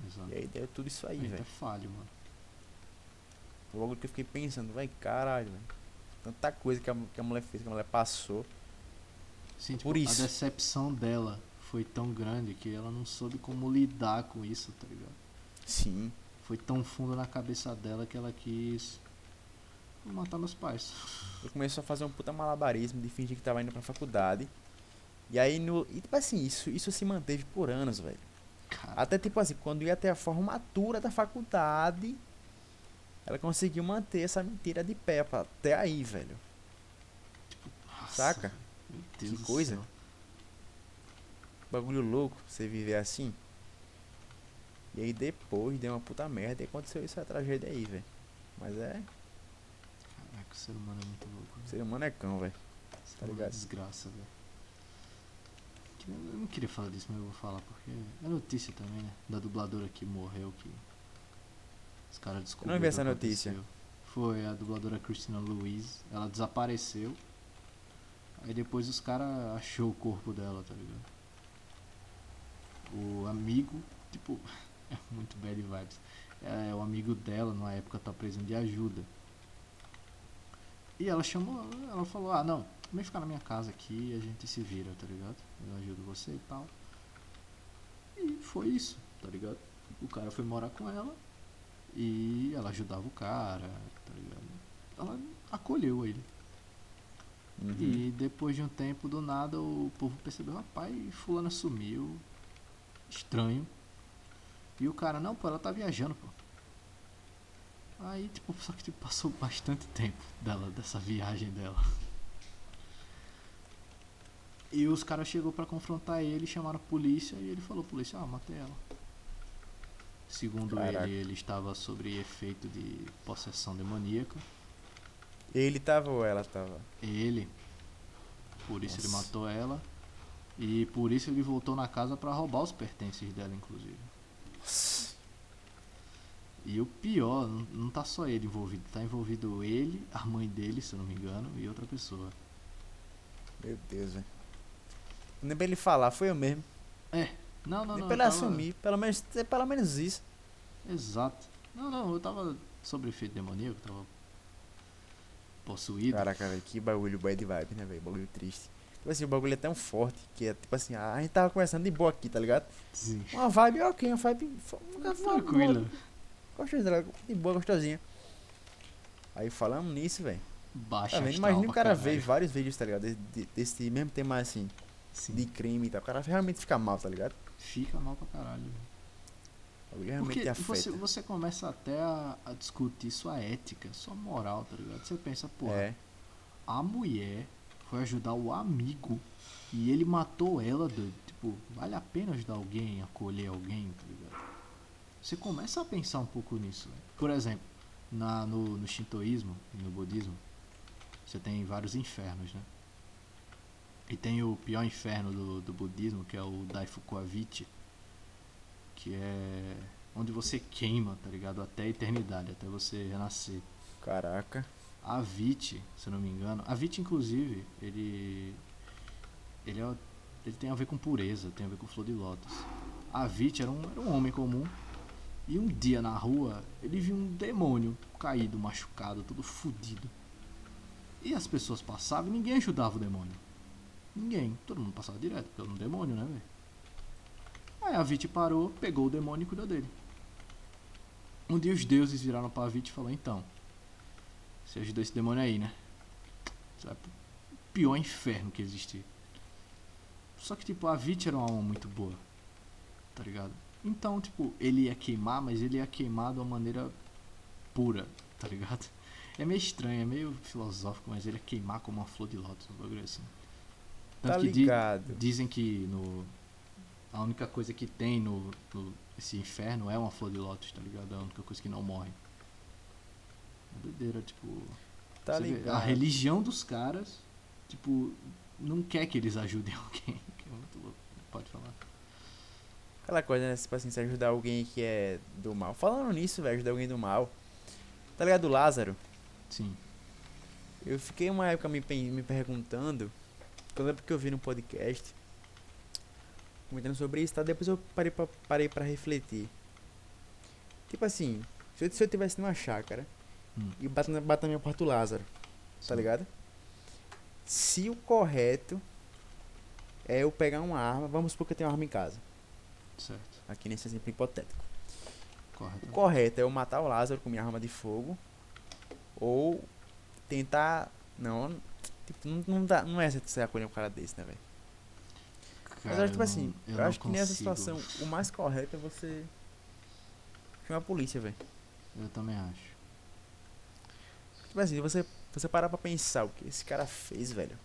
[SPEAKER 2] exato.
[SPEAKER 1] E aí deu tudo isso aí,
[SPEAKER 2] Aí, é
[SPEAKER 1] velho.
[SPEAKER 2] falho, mano.
[SPEAKER 1] Logo que eu fiquei pensando, vai, caralho, velho. Tanta coisa que a, que a mulher fez, que a mulher passou.
[SPEAKER 2] Sim,
[SPEAKER 1] É Por
[SPEAKER 2] tipo,
[SPEAKER 1] isso.
[SPEAKER 2] A decepção dela foi tão grande que ela não soube como lidar com isso, tá ligado?
[SPEAKER 1] Sim.
[SPEAKER 2] Foi tão fundo na cabeça dela que ela quis matar meus pais.
[SPEAKER 1] Eu comecei a fazer um puta malabarismo de fingir que tava indo pra faculdade. E aí, no. E tipo assim, isso, isso se manteve por anos, velho.
[SPEAKER 2] Cara,
[SPEAKER 1] Até tipo assim, quando ia até a formatura da faculdade, ela conseguiu manter essa mentira de pé pra- até aí, velho.
[SPEAKER 2] nossa,
[SPEAKER 1] Ah, saca?
[SPEAKER 2] velho. Meu Deus
[SPEAKER 1] Que
[SPEAKER 2] do
[SPEAKER 1] coisa.
[SPEAKER 2] céu.
[SPEAKER 1] bagulho louco você viver assim. E aí depois deu uma puta merda e aconteceu essa tragédia aí, velho. Mas é,
[SPEAKER 2] Caraca, o ser humano é muito louco.
[SPEAKER 1] o
[SPEAKER 2] velho.
[SPEAKER 1] ser humano é cão, velho.
[SPEAKER 2] O ser
[SPEAKER 1] tá
[SPEAKER 2] humano é
[SPEAKER 1] ligado?
[SPEAKER 2] Desgraça, velho. Que- Eu não queria falar disso, mas eu vou falar porque é notícia também, né? Da dubladora que morreu, que os caras descobriram.
[SPEAKER 1] vi
[SPEAKER 2] o que
[SPEAKER 1] essa notícia.
[SPEAKER 2] aconteceu. Foi a dubladora Christina Louise. Ela desapareceu. Aí depois os caras achou o corpo dela, tá ligado? O amigo, tipo, é muito bad vibes. É, o amigo dela, na época, tá precisando de ajuda. E ela chamou, ela falou, ah não, vem ficar na minha casa aqui e a gente se vira, tá ligado? Eu ajudo você e tal. E foi isso, tá ligado? O cara foi morar com ela e ela ajudava o cara, tá ligado? Ela acolheu ele.
[SPEAKER 1] Uhum.
[SPEAKER 2] E depois de um tempo, do nada, o povo percebeu, rapaz, fulano sumiu. Estranho. E o cara, não, pô, ela tá viajando, pô. Aí, tipo, só que tipo, passou bastante tempo dela, dessa viagem dela. E os caras chegou pra confrontar ele, chamaram a polícia e ele falou, polícia, ah, matei ela. Segundo
[SPEAKER 1] Caraca.
[SPEAKER 2] ele, ele estava sobre efeito de possessão demoníaca.
[SPEAKER 1] Ele tava ou ela tava?
[SPEAKER 2] Ele. Por isso ele
[SPEAKER 1] Nossa.
[SPEAKER 2] matou ela. E por isso ele voltou na casa pra roubar os pertences dela, inclusive. E o pior, n- não tá só ele envolvido, tá envolvido ele, a mãe dele, se eu não me engano, e outra pessoa.
[SPEAKER 1] Meu Deus, velho. Nem pra ele falar, foi eu mesmo.
[SPEAKER 2] Não, não,
[SPEAKER 1] Nem
[SPEAKER 2] não.
[SPEAKER 1] pra
[SPEAKER 2] eu
[SPEAKER 1] ele
[SPEAKER 2] tava-
[SPEAKER 1] assumir. Pelo menos, é pelo menos isso.
[SPEAKER 2] Exato. Não, não, eu tava sobre efeito demoníaco, tava possuído.
[SPEAKER 1] Caraca, velho, que bagulho bad vibe, né, velho? Bagulho triste. Tipo assim, o bagulho é tão forte que é tipo assim, ah, a gente tava conversando de boa aqui, tá ligado?
[SPEAKER 2] Sim.
[SPEAKER 1] Uma vibe ok, uma vibe. fo- uma vibe boa,
[SPEAKER 2] Tranquilo.
[SPEAKER 1] Gostosinha, é de boa, gostosinha. Aí falando nisso, velho.
[SPEAKER 2] Baixa
[SPEAKER 1] Tá vendo?
[SPEAKER 2] astral
[SPEAKER 1] Imagina o
[SPEAKER 2] pra
[SPEAKER 1] cara
[SPEAKER 2] caralho.
[SPEAKER 1] ver vários vídeos, tá ligado? Desse, de- desse mesmo tema assim,
[SPEAKER 2] Sim.
[SPEAKER 1] de crime e tal. O cara realmente fica mal, tá ligado?
[SPEAKER 2] Fica mal pra caralho.
[SPEAKER 1] O bagulho realmente é
[SPEAKER 2] Porque
[SPEAKER 1] afeta.
[SPEAKER 2] você, você começa até a, a discutir sua ética, sua moral, tá ligado? Você pensa, pô,
[SPEAKER 1] é.
[SPEAKER 2] a mulher foi ajudar o amigo e ele matou ela, doido. Tipo, vale a pena ajudar alguém, acolher alguém, tá ligado? Você começa a pensar um pouco nisso, velho. Por exemplo, na, no, no shintoísmo e no budismo, você tem vários infernos, né? E tem o pior inferno do, do budismo, que é o Daifukwavichi, que é onde você queima, tá ligado? Até a eternidade, até você renascer.
[SPEAKER 1] Caraca.
[SPEAKER 2] A Vit, se eu não me engano. A Vit, inclusive, ele. Ele, é, o- ele tem a ver com pureza, tem a ver com flor de lótus. A Vit era um, era um homem comum. E um dia na rua, ele viu um demônio caído, machucado, todo fudido. E as pessoas passavam e ninguém ajudava o demônio. Ninguém. Todo mundo passava direto, porque era um demônio, né, velho? Aí a Vit parou, pegou o demônio e cuidou dele. Um dia os deuses viraram pra Vit e falaram: então. Você ajudou esse demônio aí, né? Isso é o pior inferno que existir. Só que, tipo, a Vit era uma alma muito boa. Tá ligado? Então, tipo, ele ia queimar, mas ele ia queimar de uma maneira pura, tá ligado? É meio estranho, é meio filosófico, mas ele ia queimar como uma flor de lótus, um bagulho assim.
[SPEAKER 1] Tá
[SPEAKER 2] Tanto que di-
[SPEAKER 1] ligado.
[SPEAKER 2] Dizem que no a única coisa que tem no, no esse inferno é uma flor de lótus, tá ligado? É a única coisa que não morre. É doideira, tipo,
[SPEAKER 1] Tá
[SPEAKER 2] você vê,
[SPEAKER 1] ligado.
[SPEAKER 2] a religião dos caras, tipo, não quer que eles ajudem alguém, que é muito louco. Pode falar.
[SPEAKER 1] Aquela coisa, né? Tipo assim, se ajudar alguém que é do mal. Falando nisso, velho, ajudar alguém do mal. Tá ligado, Lázaro?
[SPEAKER 2] Sim.
[SPEAKER 1] Eu fiquei uma época me, pen- me perguntando. que Eu lembro que eu vi no podcast. Comentando sobre isso, tá? Depois eu parei pra, parei pra refletir. Tipo assim, se eu, se eu tivesse numa chácara
[SPEAKER 2] Hum.
[SPEAKER 1] e bato na, bato na minha porta o Lázaro,
[SPEAKER 2] sim.
[SPEAKER 1] tá ligado? Se o correto é eu pegar uma arma, vamos supor que eu tenho uma arma em casa.
[SPEAKER 2] Certo.
[SPEAKER 1] Aqui nesse exemplo hipotético.
[SPEAKER 2] Correto.
[SPEAKER 1] O correto é eu matar o Lázaro com minha arma de fogo. Ou tentar. Não. Tipo, não, não, dá, não é certo você acolher um cara desse, né, velho? Mas eu acho, tipo assim, eu, acho que nessa situação o mais correto é você. chamar a polícia, velho.
[SPEAKER 2] Eu também acho.
[SPEAKER 1] Tipo assim, você, você parar pra pensar o que esse cara fez, velho.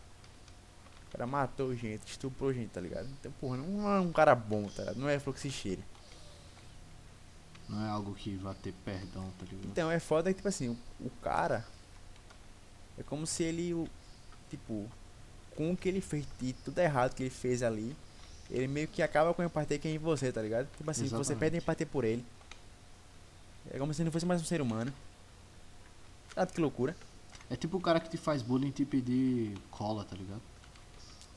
[SPEAKER 1] O cara matou gente, estuprou gente, tá ligado? Então, porra, não é um cara bom, tá ligado? Não é flor que se cheire.
[SPEAKER 2] Não é algo que vai ter perdão, tá ligado?
[SPEAKER 1] Então, é foda que, tipo assim, o, o cara. É como se ele. o- Tipo, com o que ele fez e tudo errado que ele fez ali, ele meio que acaba com a empatia que é em você, tá ligado? Tipo assim, você perde a
[SPEAKER 2] Exatamente.
[SPEAKER 1] empatia por ele. É como se ele não fosse mais um ser humano. Ah, que loucura.
[SPEAKER 2] É tipo o cara que te faz bullying e te pedir cola, tá ligado?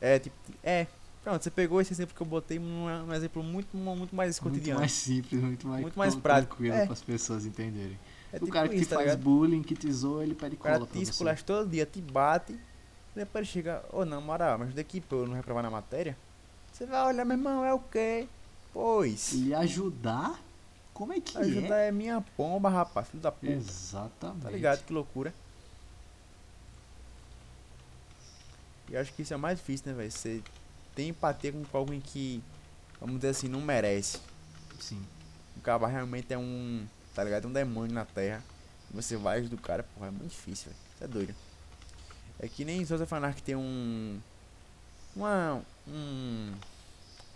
[SPEAKER 1] É, tipo, é. Pronto, você pegou esse exemplo que eu botei num num exemplo muito, muito mais
[SPEAKER 2] Muito
[SPEAKER 1] cotidiano.
[SPEAKER 2] mais simples, muito mais,
[SPEAKER 1] Muito mais
[SPEAKER 2] co-
[SPEAKER 1] prático,
[SPEAKER 2] tranquilo
[SPEAKER 1] é.
[SPEAKER 2] para as pessoas entenderem.
[SPEAKER 1] é
[SPEAKER 2] o cara que te
[SPEAKER 1] tá
[SPEAKER 2] faz
[SPEAKER 1] ligado?
[SPEAKER 2] bullying, que te zoa, ele pede
[SPEAKER 1] O
[SPEAKER 2] cola
[SPEAKER 1] cara
[SPEAKER 2] pra
[SPEAKER 1] te
[SPEAKER 2] você.
[SPEAKER 1] esculacha todo dia, te bate. Depois chega, ô não, moral, mas daqui pra eu não reprovar na matéria. Você vai olhar, meu irmão, é o quê? Pois.
[SPEAKER 2] Lhe ajudar? Como é que
[SPEAKER 1] Ajudar
[SPEAKER 2] é?
[SPEAKER 1] é minha pomba, rapaz, filho da puta.
[SPEAKER 2] Exatamente.
[SPEAKER 1] Tá ligado? Que loucura. E eu acho que isso é mais difícil, né, velho? Você tem empatia com alguém que, vamos dizer assim, não merece.
[SPEAKER 2] Sim.
[SPEAKER 1] O cara realmente é um, tá ligado? É um demônio na terra. Você vai ajudar o cara, porra, é muito difícil, velho. Isso é doido. É que nem Souza Fanark tem um. Uma. Um,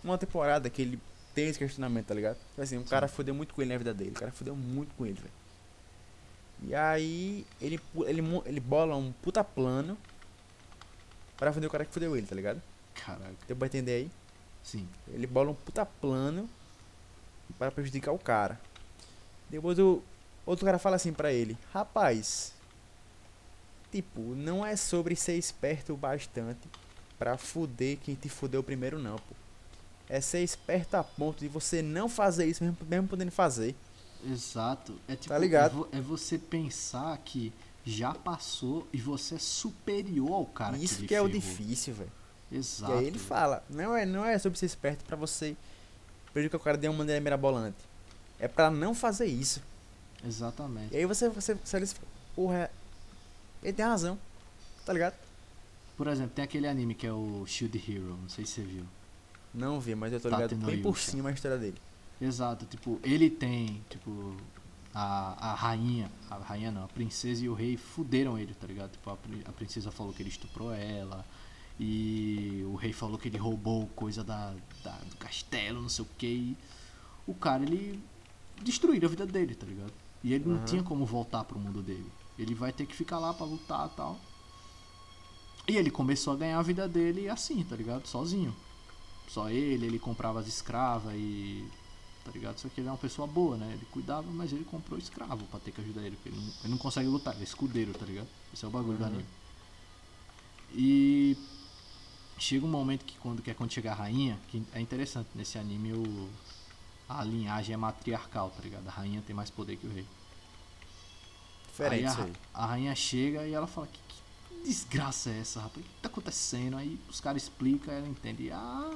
[SPEAKER 1] uma temporada que ele tem esse questionamento, tá ligado? Tipo Assim, o cara fudeu muito com ele na vida dele. O cara fudeu muito com ele, velho. E aí, ele, pu- ele, mo- ele bola um puta plano pra fuder o cara que fudeu ele, tá ligado?
[SPEAKER 2] Caraca.
[SPEAKER 1] Deu pra entender aí?
[SPEAKER 2] Sim.
[SPEAKER 1] Ele bola um puta plano para prejudicar o cara. Depois o outro cara fala assim pra ele: "Rapaz, tipo, não é sobre ser esperto o bastante pra fuder quem te fudeu primeiro não, pô. É ser esperto a ponto de você não fazer isso, mesmo, mesmo podendo fazer.
[SPEAKER 2] Exato. É tipo,
[SPEAKER 1] Tá ligado?
[SPEAKER 2] é vo- É, você pensar que já passou e você é superior ao cara
[SPEAKER 1] E isso
[SPEAKER 2] que,
[SPEAKER 1] que é o
[SPEAKER 2] ferrou.
[SPEAKER 1] difícil, velho. E
[SPEAKER 2] Exato.
[SPEAKER 1] aí ele
[SPEAKER 2] velho.
[SPEAKER 1] fala, não é, não é sobre ser esperto pra você prejudicar o cara de uma maneira mirabolante. É pra não fazer isso.
[SPEAKER 2] Exatamente.
[SPEAKER 1] E aí você, você, você olha e fica, porra, é-" ele tem razão, tá ligado?
[SPEAKER 2] Por exemplo, tem aquele anime que é o Shield Hero, não sei se você viu.
[SPEAKER 1] Não vi, mas eu tô
[SPEAKER 2] Tá
[SPEAKER 1] ligado
[SPEAKER 2] tendo
[SPEAKER 1] bem por
[SPEAKER 2] Yusha.
[SPEAKER 1] cima a história dele.
[SPEAKER 2] Exato, tipo, ele tem, tipo, a, a rainha, a rainha não, a princesa e o rei fuderam ele, tá ligado? Tipo, a, pri- a princesa falou que ele estuprou ela, e o rei falou que ele roubou coisa da, da- do castelo, não sei o que, e o cara, ele destruíram a vida dele, tá ligado? E ele não
[SPEAKER 1] Aham.
[SPEAKER 2] tinha como voltar pro mundo dele. Ele vai ter que ficar lá pra lutar e tal. E ele começou a ganhar a vida dele assim, tá ligado? Sozinho. Só ele, ele comprava as escravas e. Tá ligado? Só que ele é uma pessoa boa, né? Ele cuidava, mas ele comprou escravo pra ter que ajudar ele, porque ele não, ele não consegue lutar, ele é escudeiro, tá ligado? Esse é o bagulho do
[SPEAKER 1] Uhum.
[SPEAKER 2] anime. E. Chega um momento que quando, que é quando chega a rainha, que é interessante, nesse anime o, a linhagem é matriarcal, tá ligado? A rainha tem mais poder que o rei.
[SPEAKER 1] Diferente
[SPEAKER 2] aí é a,
[SPEAKER 1] isso aí.
[SPEAKER 2] a rainha chega e ela fala: que, que desgraça é essa, rapaz? O que tá acontecendo? Aí os caras explicam, ela entende. Ah,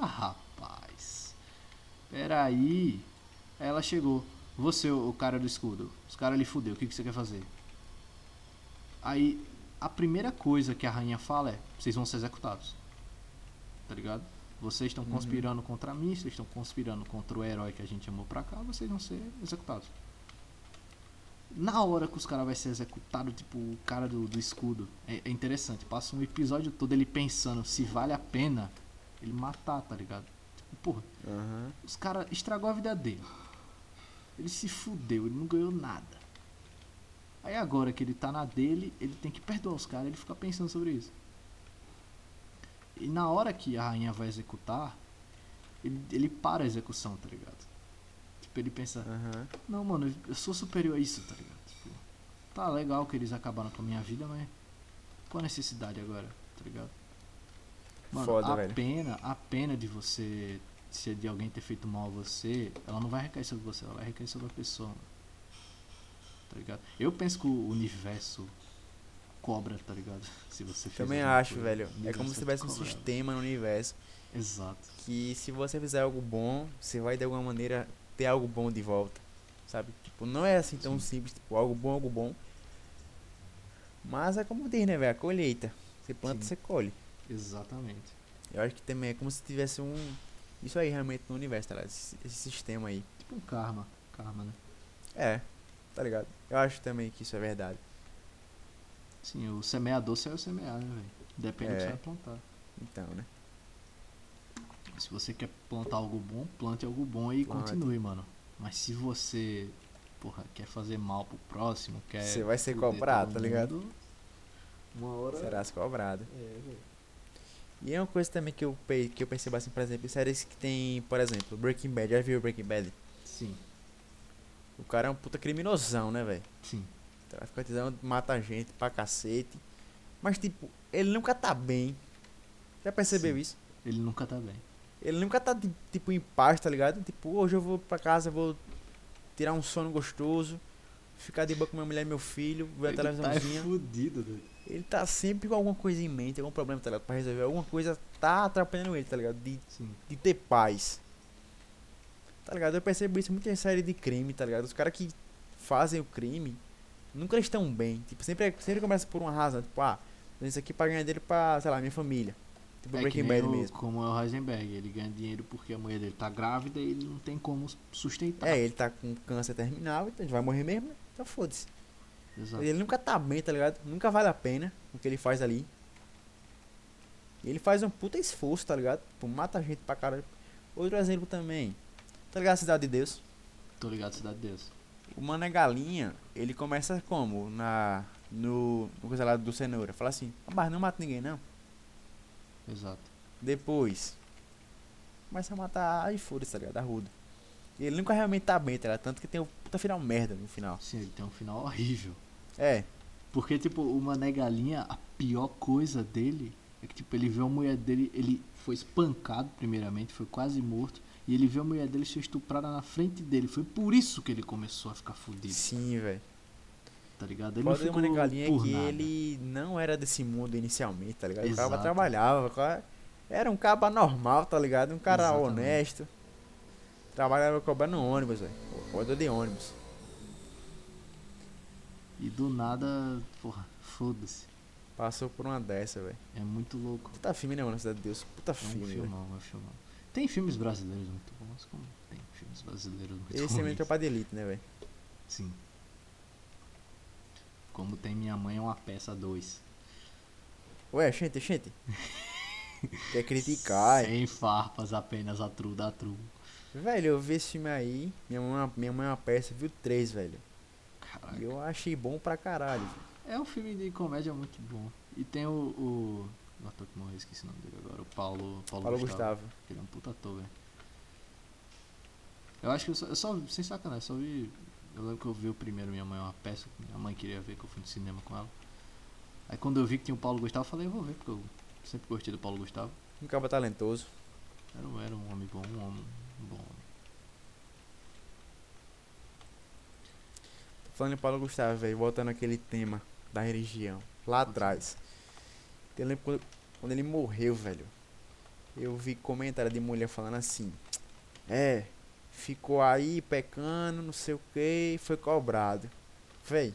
[SPEAKER 2] rapaz. Peraí. Aí ela chegou. Você, o o cara do escudo. Os caras lhe fudeu. O que, que você quer fazer? Aí a primeira coisa que a rainha fala é: vocês vão ser executados. Tá ligado? Vocês estão conspirando contra mim, vocês estão conspirando contra o herói que a gente amou pra cá, vocês vão ser executados. Na hora que os caras vai ser executado, tipo, o cara do, do escudo. É, é interessante, passa um episódio todo ele pensando se vale a pena ele matar, tá ligado? Tipo, porra,
[SPEAKER 1] Aham.
[SPEAKER 2] os caras estragou a vida dele. Ele se fudeu, ele não ganhou nada. Aí agora que ele tá na dele, ele tem que perdoar os caras, ele fica pensando sobre isso. E na hora que a rainha vai executar, ele, ele para a execução, tá ligado? Tipo, ele pensa,
[SPEAKER 1] Aham.
[SPEAKER 2] não, mano, eu sou superior a isso, tá ligado? Tipo, tá legal que eles acabaram com a minha vida, mas qual a necessidade agora, tá ligado? Mano,
[SPEAKER 1] Foda,
[SPEAKER 2] a
[SPEAKER 1] velho.
[SPEAKER 2] pena, a pena de você, se de alguém ter feito mal a você, ela não vai recair sobre você, ela vai recair sobre a pessoa, mano. Tá ligado? Eu penso que o universo cobra, tá ligado? Se você fez
[SPEAKER 1] Também
[SPEAKER 2] alguma
[SPEAKER 1] acho,
[SPEAKER 2] coisa,
[SPEAKER 1] velho.
[SPEAKER 2] o
[SPEAKER 1] É como
[SPEAKER 2] universo
[SPEAKER 1] se
[SPEAKER 2] vai te
[SPEAKER 1] tivesse um
[SPEAKER 2] cobrar.
[SPEAKER 1] sistema no universo
[SPEAKER 2] Exato.
[SPEAKER 1] que se você fizer algo bom, você vai de alguma maneira ter algo bom de volta. Sabe? Tipo, não é assim tão simples, tipo, algo bom, algo bom. Mas é como diz, né, velho? A colheita. Você planta,
[SPEAKER 2] Sim.
[SPEAKER 1] você colhe.
[SPEAKER 2] Exatamente.
[SPEAKER 1] Eu acho que também é como se tivesse um. Isso aí realmente no universo, tá ligado? Esse, esse sistema aí.
[SPEAKER 2] Tipo um karma. Karma, né?
[SPEAKER 1] É, tá ligado? Eu acho também que isso é verdade.
[SPEAKER 2] Sim, o semeador saiu semear, né, velho? Depende do que
[SPEAKER 1] É.
[SPEAKER 2] você vai plantar.
[SPEAKER 1] Então, né?
[SPEAKER 2] Se você quer plantar algo bom, plante algo bom e
[SPEAKER 1] Plante.
[SPEAKER 2] continue, mano. Mas se você, porra, quer fazer mal pro próximo, quer.
[SPEAKER 1] Você vai ser
[SPEAKER 2] fuder
[SPEAKER 1] cobrado,
[SPEAKER 2] todo
[SPEAKER 1] tá ligado?
[SPEAKER 2] mundo, Uma hora.
[SPEAKER 1] Serás cobrado.
[SPEAKER 2] É, velho.
[SPEAKER 1] E é uma coisa também que eu, pe- que eu percebo assim, por exemplo, em séries que tem, por exemplo, Breaking Bad. Já viu Breaking Bad?
[SPEAKER 2] Sim,
[SPEAKER 1] O cara é um puta criminosão, né, velho?
[SPEAKER 2] sim.
[SPEAKER 1] Traficantezão, mata gente pra cacete. Mas, tipo, ele nunca tá bem. Já percebeu
[SPEAKER 2] Sim.
[SPEAKER 1] isso?
[SPEAKER 2] Ele nunca tá bem.
[SPEAKER 1] Ele nunca tá, ti- tipo, em paz, tá ligado? Tipo, hoje eu vou pra casa, vou tirar um sono gostoso, ficar de boa com minha mulher e meu filho, ver a
[SPEAKER 2] ele tá é
[SPEAKER 1] televisãozinha.
[SPEAKER 2] fudido, doido.
[SPEAKER 1] Ele tá sempre com alguma coisa em mente, algum problema, tá ligado? Pra resolver. Alguma coisa tá atrapalhando ele, tá ligado? De,
[SPEAKER 2] Sim.
[SPEAKER 1] de ter paz. Tá ligado? Eu percebo isso muito em série de crime, tá ligado? Os caras que fazem o crime nunca eles estão bem. Tipo, sempre, é- sempre começa por uma razão. Tipo, ah, isso aqui pra ganhar dele pra, sei lá, minha família. Tipo,
[SPEAKER 2] É que
[SPEAKER 1] Breaking
[SPEAKER 2] nem
[SPEAKER 1] Bad
[SPEAKER 2] o-
[SPEAKER 1] mesmo.
[SPEAKER 2] Como é o Heisenberg, ele ganha dinheiro porque a mulher dele tá grávida e ele não tem como sustentar.
[SPEAKER 1] É, ele tá com câncer terminal, então ele vai morrer mesmo, né? Então foda-se.
[SPEAKER 2] Exato.
[SPEAKER 1] Ele nunca tá bem, tá ligado? Nunca vale a pena o que ele faz ali. E ele faz um puta esforço, tá ligado? Tipo, mata gente pra caralho. Outro exemplo também. Tá ligado? Cidade de Deus.
[SPEAKER 2] Tô ligado, cidade Deus.
[SPEAKER 1] O Mano é Galinha, ele começa como? Na. No. No coisa lá do cenoura. Fala assim, mas não mata ninguém não.
[SPEAKER 2] Exato.
[SPEAKER 1] Depois. Começa a matar e foda-se, tá ligado? Arrudo. E ele nunca realmente tá bem, tá ligado? Tanto que tem um puta final merda no final.
[SPEAKER 2] Sim, ele tem um final horrível.
[SPEAKER 1] É,
[SPEAKER 2] Porque, tipo, o Mané Galinha, a pior coisa dele É que, tipo, ele vê a mulher dele, ele foi espancado primeiramente, foi quase morto. E ele vê a mulher dele ser estuprada na frente dele. Foi por isso que ele começou a ficar fudido,
[SPEAKER 1] Sim, velho.
[SPEAKER 2] tá ligado? Ele não
[SPEAKER 1] Pode
[SPEAKER 2] ficou
[SPEAKER 1] uma galinha é
[SPEAKER 2] por
[SPEAKER 1] que
[SPEAKER 2] nada.
[SPEAKER 1] ele não era desse mundo inicialmente, tá ligado? O cara
[SPEAKER 2] Exato.
[SPEAKER 1] trabalhava, o cara era um caba normal, tá ligado? Um cara
[SPEAKER 2] Exatamente.
[SPEAKER 1] honesto. Trabalhava cobrando ônibus, velho. Roda de ônibus.
[SPEAKER 2] E do nada, porra, foda-se.
[SPEAKER 1] Passou por uma dessa, velho.
[SPEAKER 2] É muito louco.
[SPEAKER 1] Puta filme, né, mano? Cidade de Deus. Puta
[SPEAKER 2] É um
[SPEAKER 1] filme, velho.
[SPEAKER 2] filmão, é um filmão. Tem filmes brasileiros muito bons, como tem filmes brasileiros muito
[SPEAKER 1] Esse é
[SPEAKER 2] ruins.
[SPEAKER 1] meio tropa de elite, né, velho?
[SPEAKER 2] Sim. Como tem Minha Mãe é uma peça 2.
[SPEAKER 1] Ué, gente, gente. Quer criticar.
[SPEAKER 2] Sem farpas, apenas a tru da tru.
[SPEAKER 1] Velho, eu vi esse filme aí. Minha mãe, é uma- minha mãe é uma peça, viu três, velho.
[SPEAKER 2] Caraca.
[SPEAKER 1] E eu achei bom pra caralho. velho.
[SPEAKER 2] É um filme de comédia muito bom. E tem o. o... O ator que morreu, esqueci o nome dele agora. O Paulo, Paulo,
[SPEAKER 1] Paulo Gustavo.
[SPEAKER 2] Gustavo. Ele é um puta ator, velho. Eu acho que eu só, eu só- Sem sacanagem, só vi. Eu lembro que eu vi o primeiro Minha Mãe é uma peça. que Minha mãe queria ver que eu fui no cinema com ela. Aí quando eu vi que tinha o Paulo Gustavo, eu falei, eu vou ver, porque eu sempre gostei do Paulo Gustavo.
[SPEAKER 1] Um caba talentoso.
[SPEAKER 2] Era, um- era um homem bom, um homem um bom. homem.
[SPEAKER 1] Falando em Paulo Gustavo, velho, voltando àquele tema da religião, lá atrás. Eu lembro quando, quando ele morreu, velho. Eu vi comentário de mulher falando assim: É, ficou aí pecando, não sei o que, foi cobrado. Véi,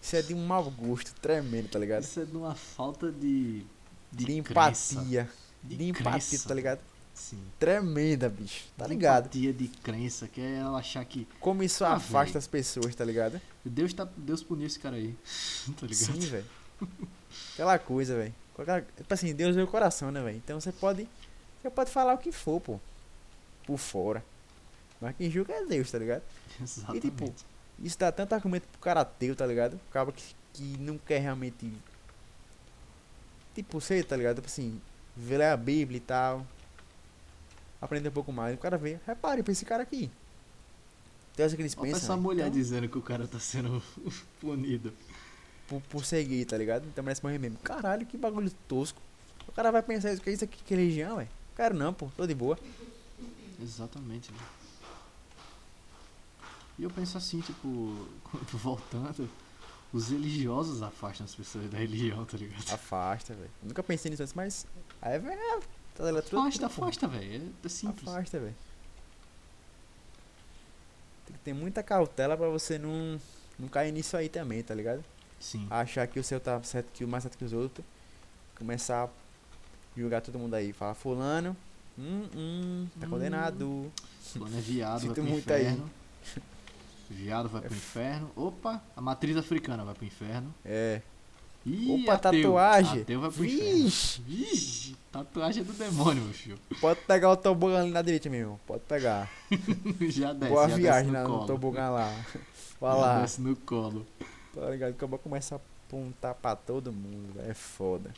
[SPEAKER 1] isso é de um mau gosto tremendo, tá ligado?
[SPEAKER 2] Isso é de uma falta de.
[SPEAKER 1] De,
[SPEAKER 2] crença,
[SPEAKER 1] empatia. De, empatia,
[SPEAKER 2] crença.
[SPEAKER 1] tá ligado?
[SPEAKER 2] Sim.
[SPEAKER 1] Tremenda, bicho, tá
[SPEAKER 2] De
[SPEAKER 1] ligado?
[SPEAKER 2] Empatia de crença, que é ela achar que
[SPEAKER 1] Como isso
[SPEAKER 2] Ah,
[SPEAKER 1] afasta
[SPEAKER 2] véi.
[SPEAKER 1] as pessoas, tá ligado?
[SPEAKER 2] Deus, tá, Deus puniu esse cara aí. tá ligado?
[SPEAKER 1] Sim, velho. Aquela coisa, velho. Aquela- Tipo assim, Deus vê o coração, né, velho? Então você pode. Você pode falar o que for, pô. Por fora. Mas quem julga é Deus, tá ligado?
[SPEAKER 2] Exatamente.
[SPEAKER 1] tipo, Isso dá tanto argumento pro cara ateu, tá ligado? O cara que, que não quer realmente. Tipo, sei, tá ligado? Tipo assim, vê ler a Bíblia e tal. Aprender um pouco mais. O cara vê, repare pra esse cara aqui. Tem essa que eles
[SPEAKER 2] Olha
[SPEAKER 1] pensam.
[SPEAKER 2] essa
[SPEAKER 1] né?
[SPEAKER 2] mulher
[SPEAKER 1] Então,
[SPEAKER 2] dizendo que o cara tá sendo punido.
[SPEAKER 1] por, por ser gay, tá ligado? Então merece morrer mesmo. Caralho, que bagulho tosco. O cara vai pensar isso, que é isso aqui, que religião, ué? Quero não, pô, tô de boa.
[SPEAKER 2] Exatamente, velho. E eu penso assim, tipo, quando- voltando, os religiosos afastam as pessoas da religião, tá ligado?
[SPEAKER 1] Afasta, velho. Nunca pensei nisso antes, mas. Aí, velho. Tá ligado? Tudo-
[SPEAKER 2] Afasta,
[SPEAKER 1] tudo bom.
[SPEAKER 2] afasta, velho. É simples.
[SPEAKER 1] Afasta, velho. Tem que ter muita cautela pra você não. Não cair nisso aí também, tá ligado?
[SPEAKER 2] Sim.
[SPEAKER 1] Achar que o seu tá certo que o mais certo que os outros. Começar a julgar todo mundo aí. Falar, fulano. Hum, hum, tá
[SPEAKER 2] Hum.
[SPEAKER 1] condenado.
[SPEAKER 2] Quando é viado, vai
[SPEAKER 1] Sinto
[SPEAKER 2] pro
[SPEAKER 1] muito aí.
[SPEAKER 2] inferno. Viado vai pro inferno. Opa, a matriz africana vai pro inferno.
[SPEAKER 1] É.
[SPEAKER 2] Ih,
[SPEAKER 1] Opa,
[SPEAKER 2] ateu.
[SPEAKER 1] tatuagem.
[SPEAKER 2] Ateu vai pro inferno.
[SPEAKER 1] Vixe!
[SPEAKER 2] Ih, tatuagem é do demônio, meu filho.
[SPEAKER 1] Pode pegar o tobogã ali na direita, meu irmão. Pode pegar.
[SPEAKER 2] Já desce,
[SPEAKER 1] Boa
[SPEAKER 2] já
[SPEAKER 1] viagem
[SPEAKER 2] desce
[SPEAKER 1] na,
[SPEAKER 2] no
[SPEAKER 1] no
[SPEAKER 2] colo.
[SPEAKER 1] tobogã lá. Vai
[SPEAKER 2] Já
[SPEAKER 1] lá.
[SPEAKER 2] desce no colo.
[SPEAKER 1] Tá ligado? O caboclo começa a apontar pra todo mundo, velho. É foda.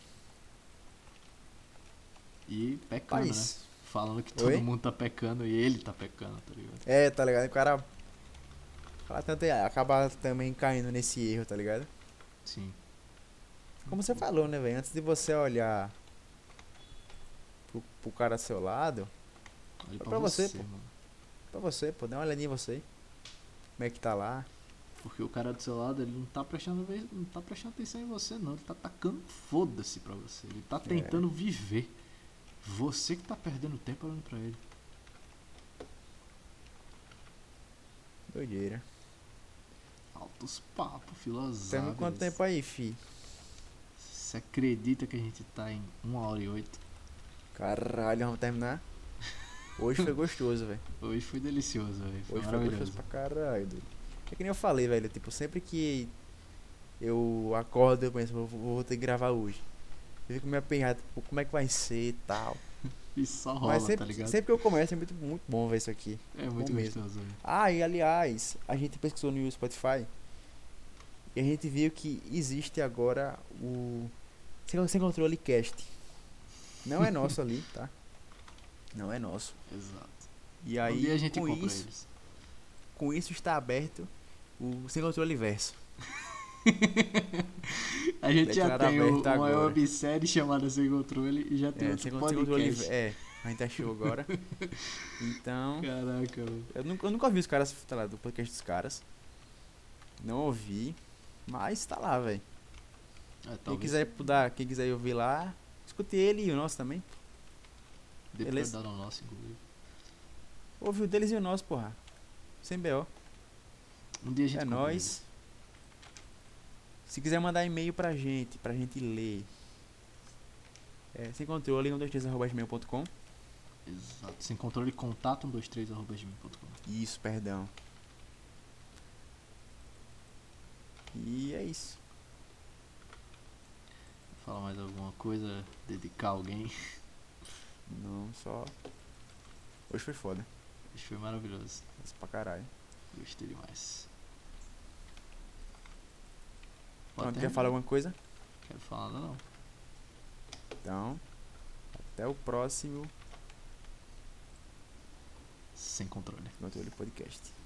[SPEAKER 2] E pecando, né?
[SPEAKER 1] Mas.
[SPEAKER 2] Falando que todo
[SPEAKER 1] Oi?
[SPEAKER 2] mundo tá pecando e ele tá pecando, tá ligado?
[SPEAKER 1] É, tá ligado? O cara. o cara tenta- acaba também caindo nesse erro, tá ligado?
[SPEAKER 2] Sim.
[SPEAKER 1] Como você falou, né, velho? Antes de você olhar pro, pro cara ao seu lado,
[SPEAKER 2] Olha pra,
[SPEAKER 1] É pra você,
[SPEAKER 2] você,
[SPEAKER 1] pô.
[SPEAKER 2] mano.
[SPEAKER 1] pra você, pô, dá uma olhadinha em você. Como é que tá lá?
[SPEAKER 2] Porque o cara do seu lado, ele não tá prestando, ve- não tá prestando atenção em você, não. Ele tá tacando foda-se pra você. Ele
[SPEAKER 1] É.
[SPEAKER 2] tá tentando viver. Você que tá perdendo tempo olhando pra ele.
[SPEAKER 1] Doideira.
[SPEAKER 2] Altos papos, filosóficos.
[SPEAKER 1] Temos quanto tempo aí, fi?
[SPEAKER 2] Você acredita que a gente tá em 1 hora e 8?
[SPEAKER 1] Caralho, vamos terminar? Hoje foi gostoso, velho.
[SPEAKER 2] Hoje foi delicioso, velho. Foi
[SPEAKER 1] Hoje foi gostoso
[SPEAKER 2] maravilhoso.
[SPEAKER 1] pra caralho. doido. É que nem eu falei, velho. Tipo, sempre que eu acordo, eu penso, vou, vou ter que gravar hoje. Eu fico me apenhado, tipo, como é que vai ser e tal.
[SPEAKER 2] E só rola,
[SPEAKER 1] Mas sempre,
[SPEAKER 2] tá ligado?
[SPEAKER 1] sempre que eu começo é muito, muito bom ver isso aqui.
[SPEAKER 2] É muito
[SPEAKER 1] bom mesmo.
[SPEAKER 2] gostoso, velho.
[SPEAKER 1] Ah, e aliás, a gente pesquisou no Spotify e a gente viu que existe agora o. Sem, sem controle cast. Não é nosso ali, tá? Não é nosso.
[SPEAKER 2] Exato.
[SPEAKER 1] E
[SPEAKER 2] Um
[SPEAKER 1] aí,
[SPEAKER 2] dia a gente
[SPEAKER 1] com
[SPEAKER 2] compra
[SPEAKER 1] isso,
[SPEAKER 2] eles.
[SPEAKER 1] com isso está aberto o Sem Controle Verso.
[SPEAKER 2] A gente já
[SPEAKER 1] Declarar
[SPEAKER 2] tem o-
[SPEAKER 1] aberto
[SPEAKER 2] uma
[SPEAKER 1] agora.
[SPEAKER 2] websérie chamada Sem Controle e já tem
[SPEAKER 1] É,
[SPEAKER 2] outro
[SPEAKER 1] sem controle do
[SPEAKER 2] podcast.
[SPEAKER 1] Oliveira. É, a gente achou agora. Então,
[SPEAKER 2] Caraca, velho.
[SPEAKER 1] eu nunca, eu nunca ouvi os caras, tá lá, do podcast dos caras. Não ouvi, mas tá lá, velho.
[SPEAKER 2] É,
[SPEAKER 1] Quem
[SPEAKER 2] talvez
[SPEAKER 1] quiser, dar, quem quiser ouvir lá, escute ele e o nosso também.
[SPEAKER 2] dê pra
[SPEAKER 1] beleza.
[SPEAKER 2] dar um no nosso, inclusive.
[SPEAKER 1] Ouve o deles e o nosso, porra. Sem B.O.
[SPEAKER 2] Um dia a gente
[SPEAKER 1] É
[SPEAKER 2] combina.
[SPEAKER 1] nóis. Se quiser mandar e-mail pra gente, pra gente ler. É, sem controle, 123.gmail.com.
[SPEAKER 2] Exato. Sem controle, contato 123.gmail.com.
[SPEAKER 1] Isso, perdão. E é isso.
[SPEAKER 2] Fala mais alguma coisa, dedicar alguém.
[SPEAKER 1] Não, só. Hoje foi foda.
[SPEAKER 2] Isso foi maravilhoso.
[SPEAKER 1] Isso pra caralho.
[SPEAKER 2] Gostei demais. Pode
[SPEAKER 1] Pronto, quer
[SPEAKER 2] terminar.
[SPEAKER 1] falar alguma coisa?
[SPEAKER 2] Quero falar nada não.
[SPEAKER 1] Então, até o próximo
[SPEAKER 2] Sem controle.
[SPEAKER 1] Controle Podcast.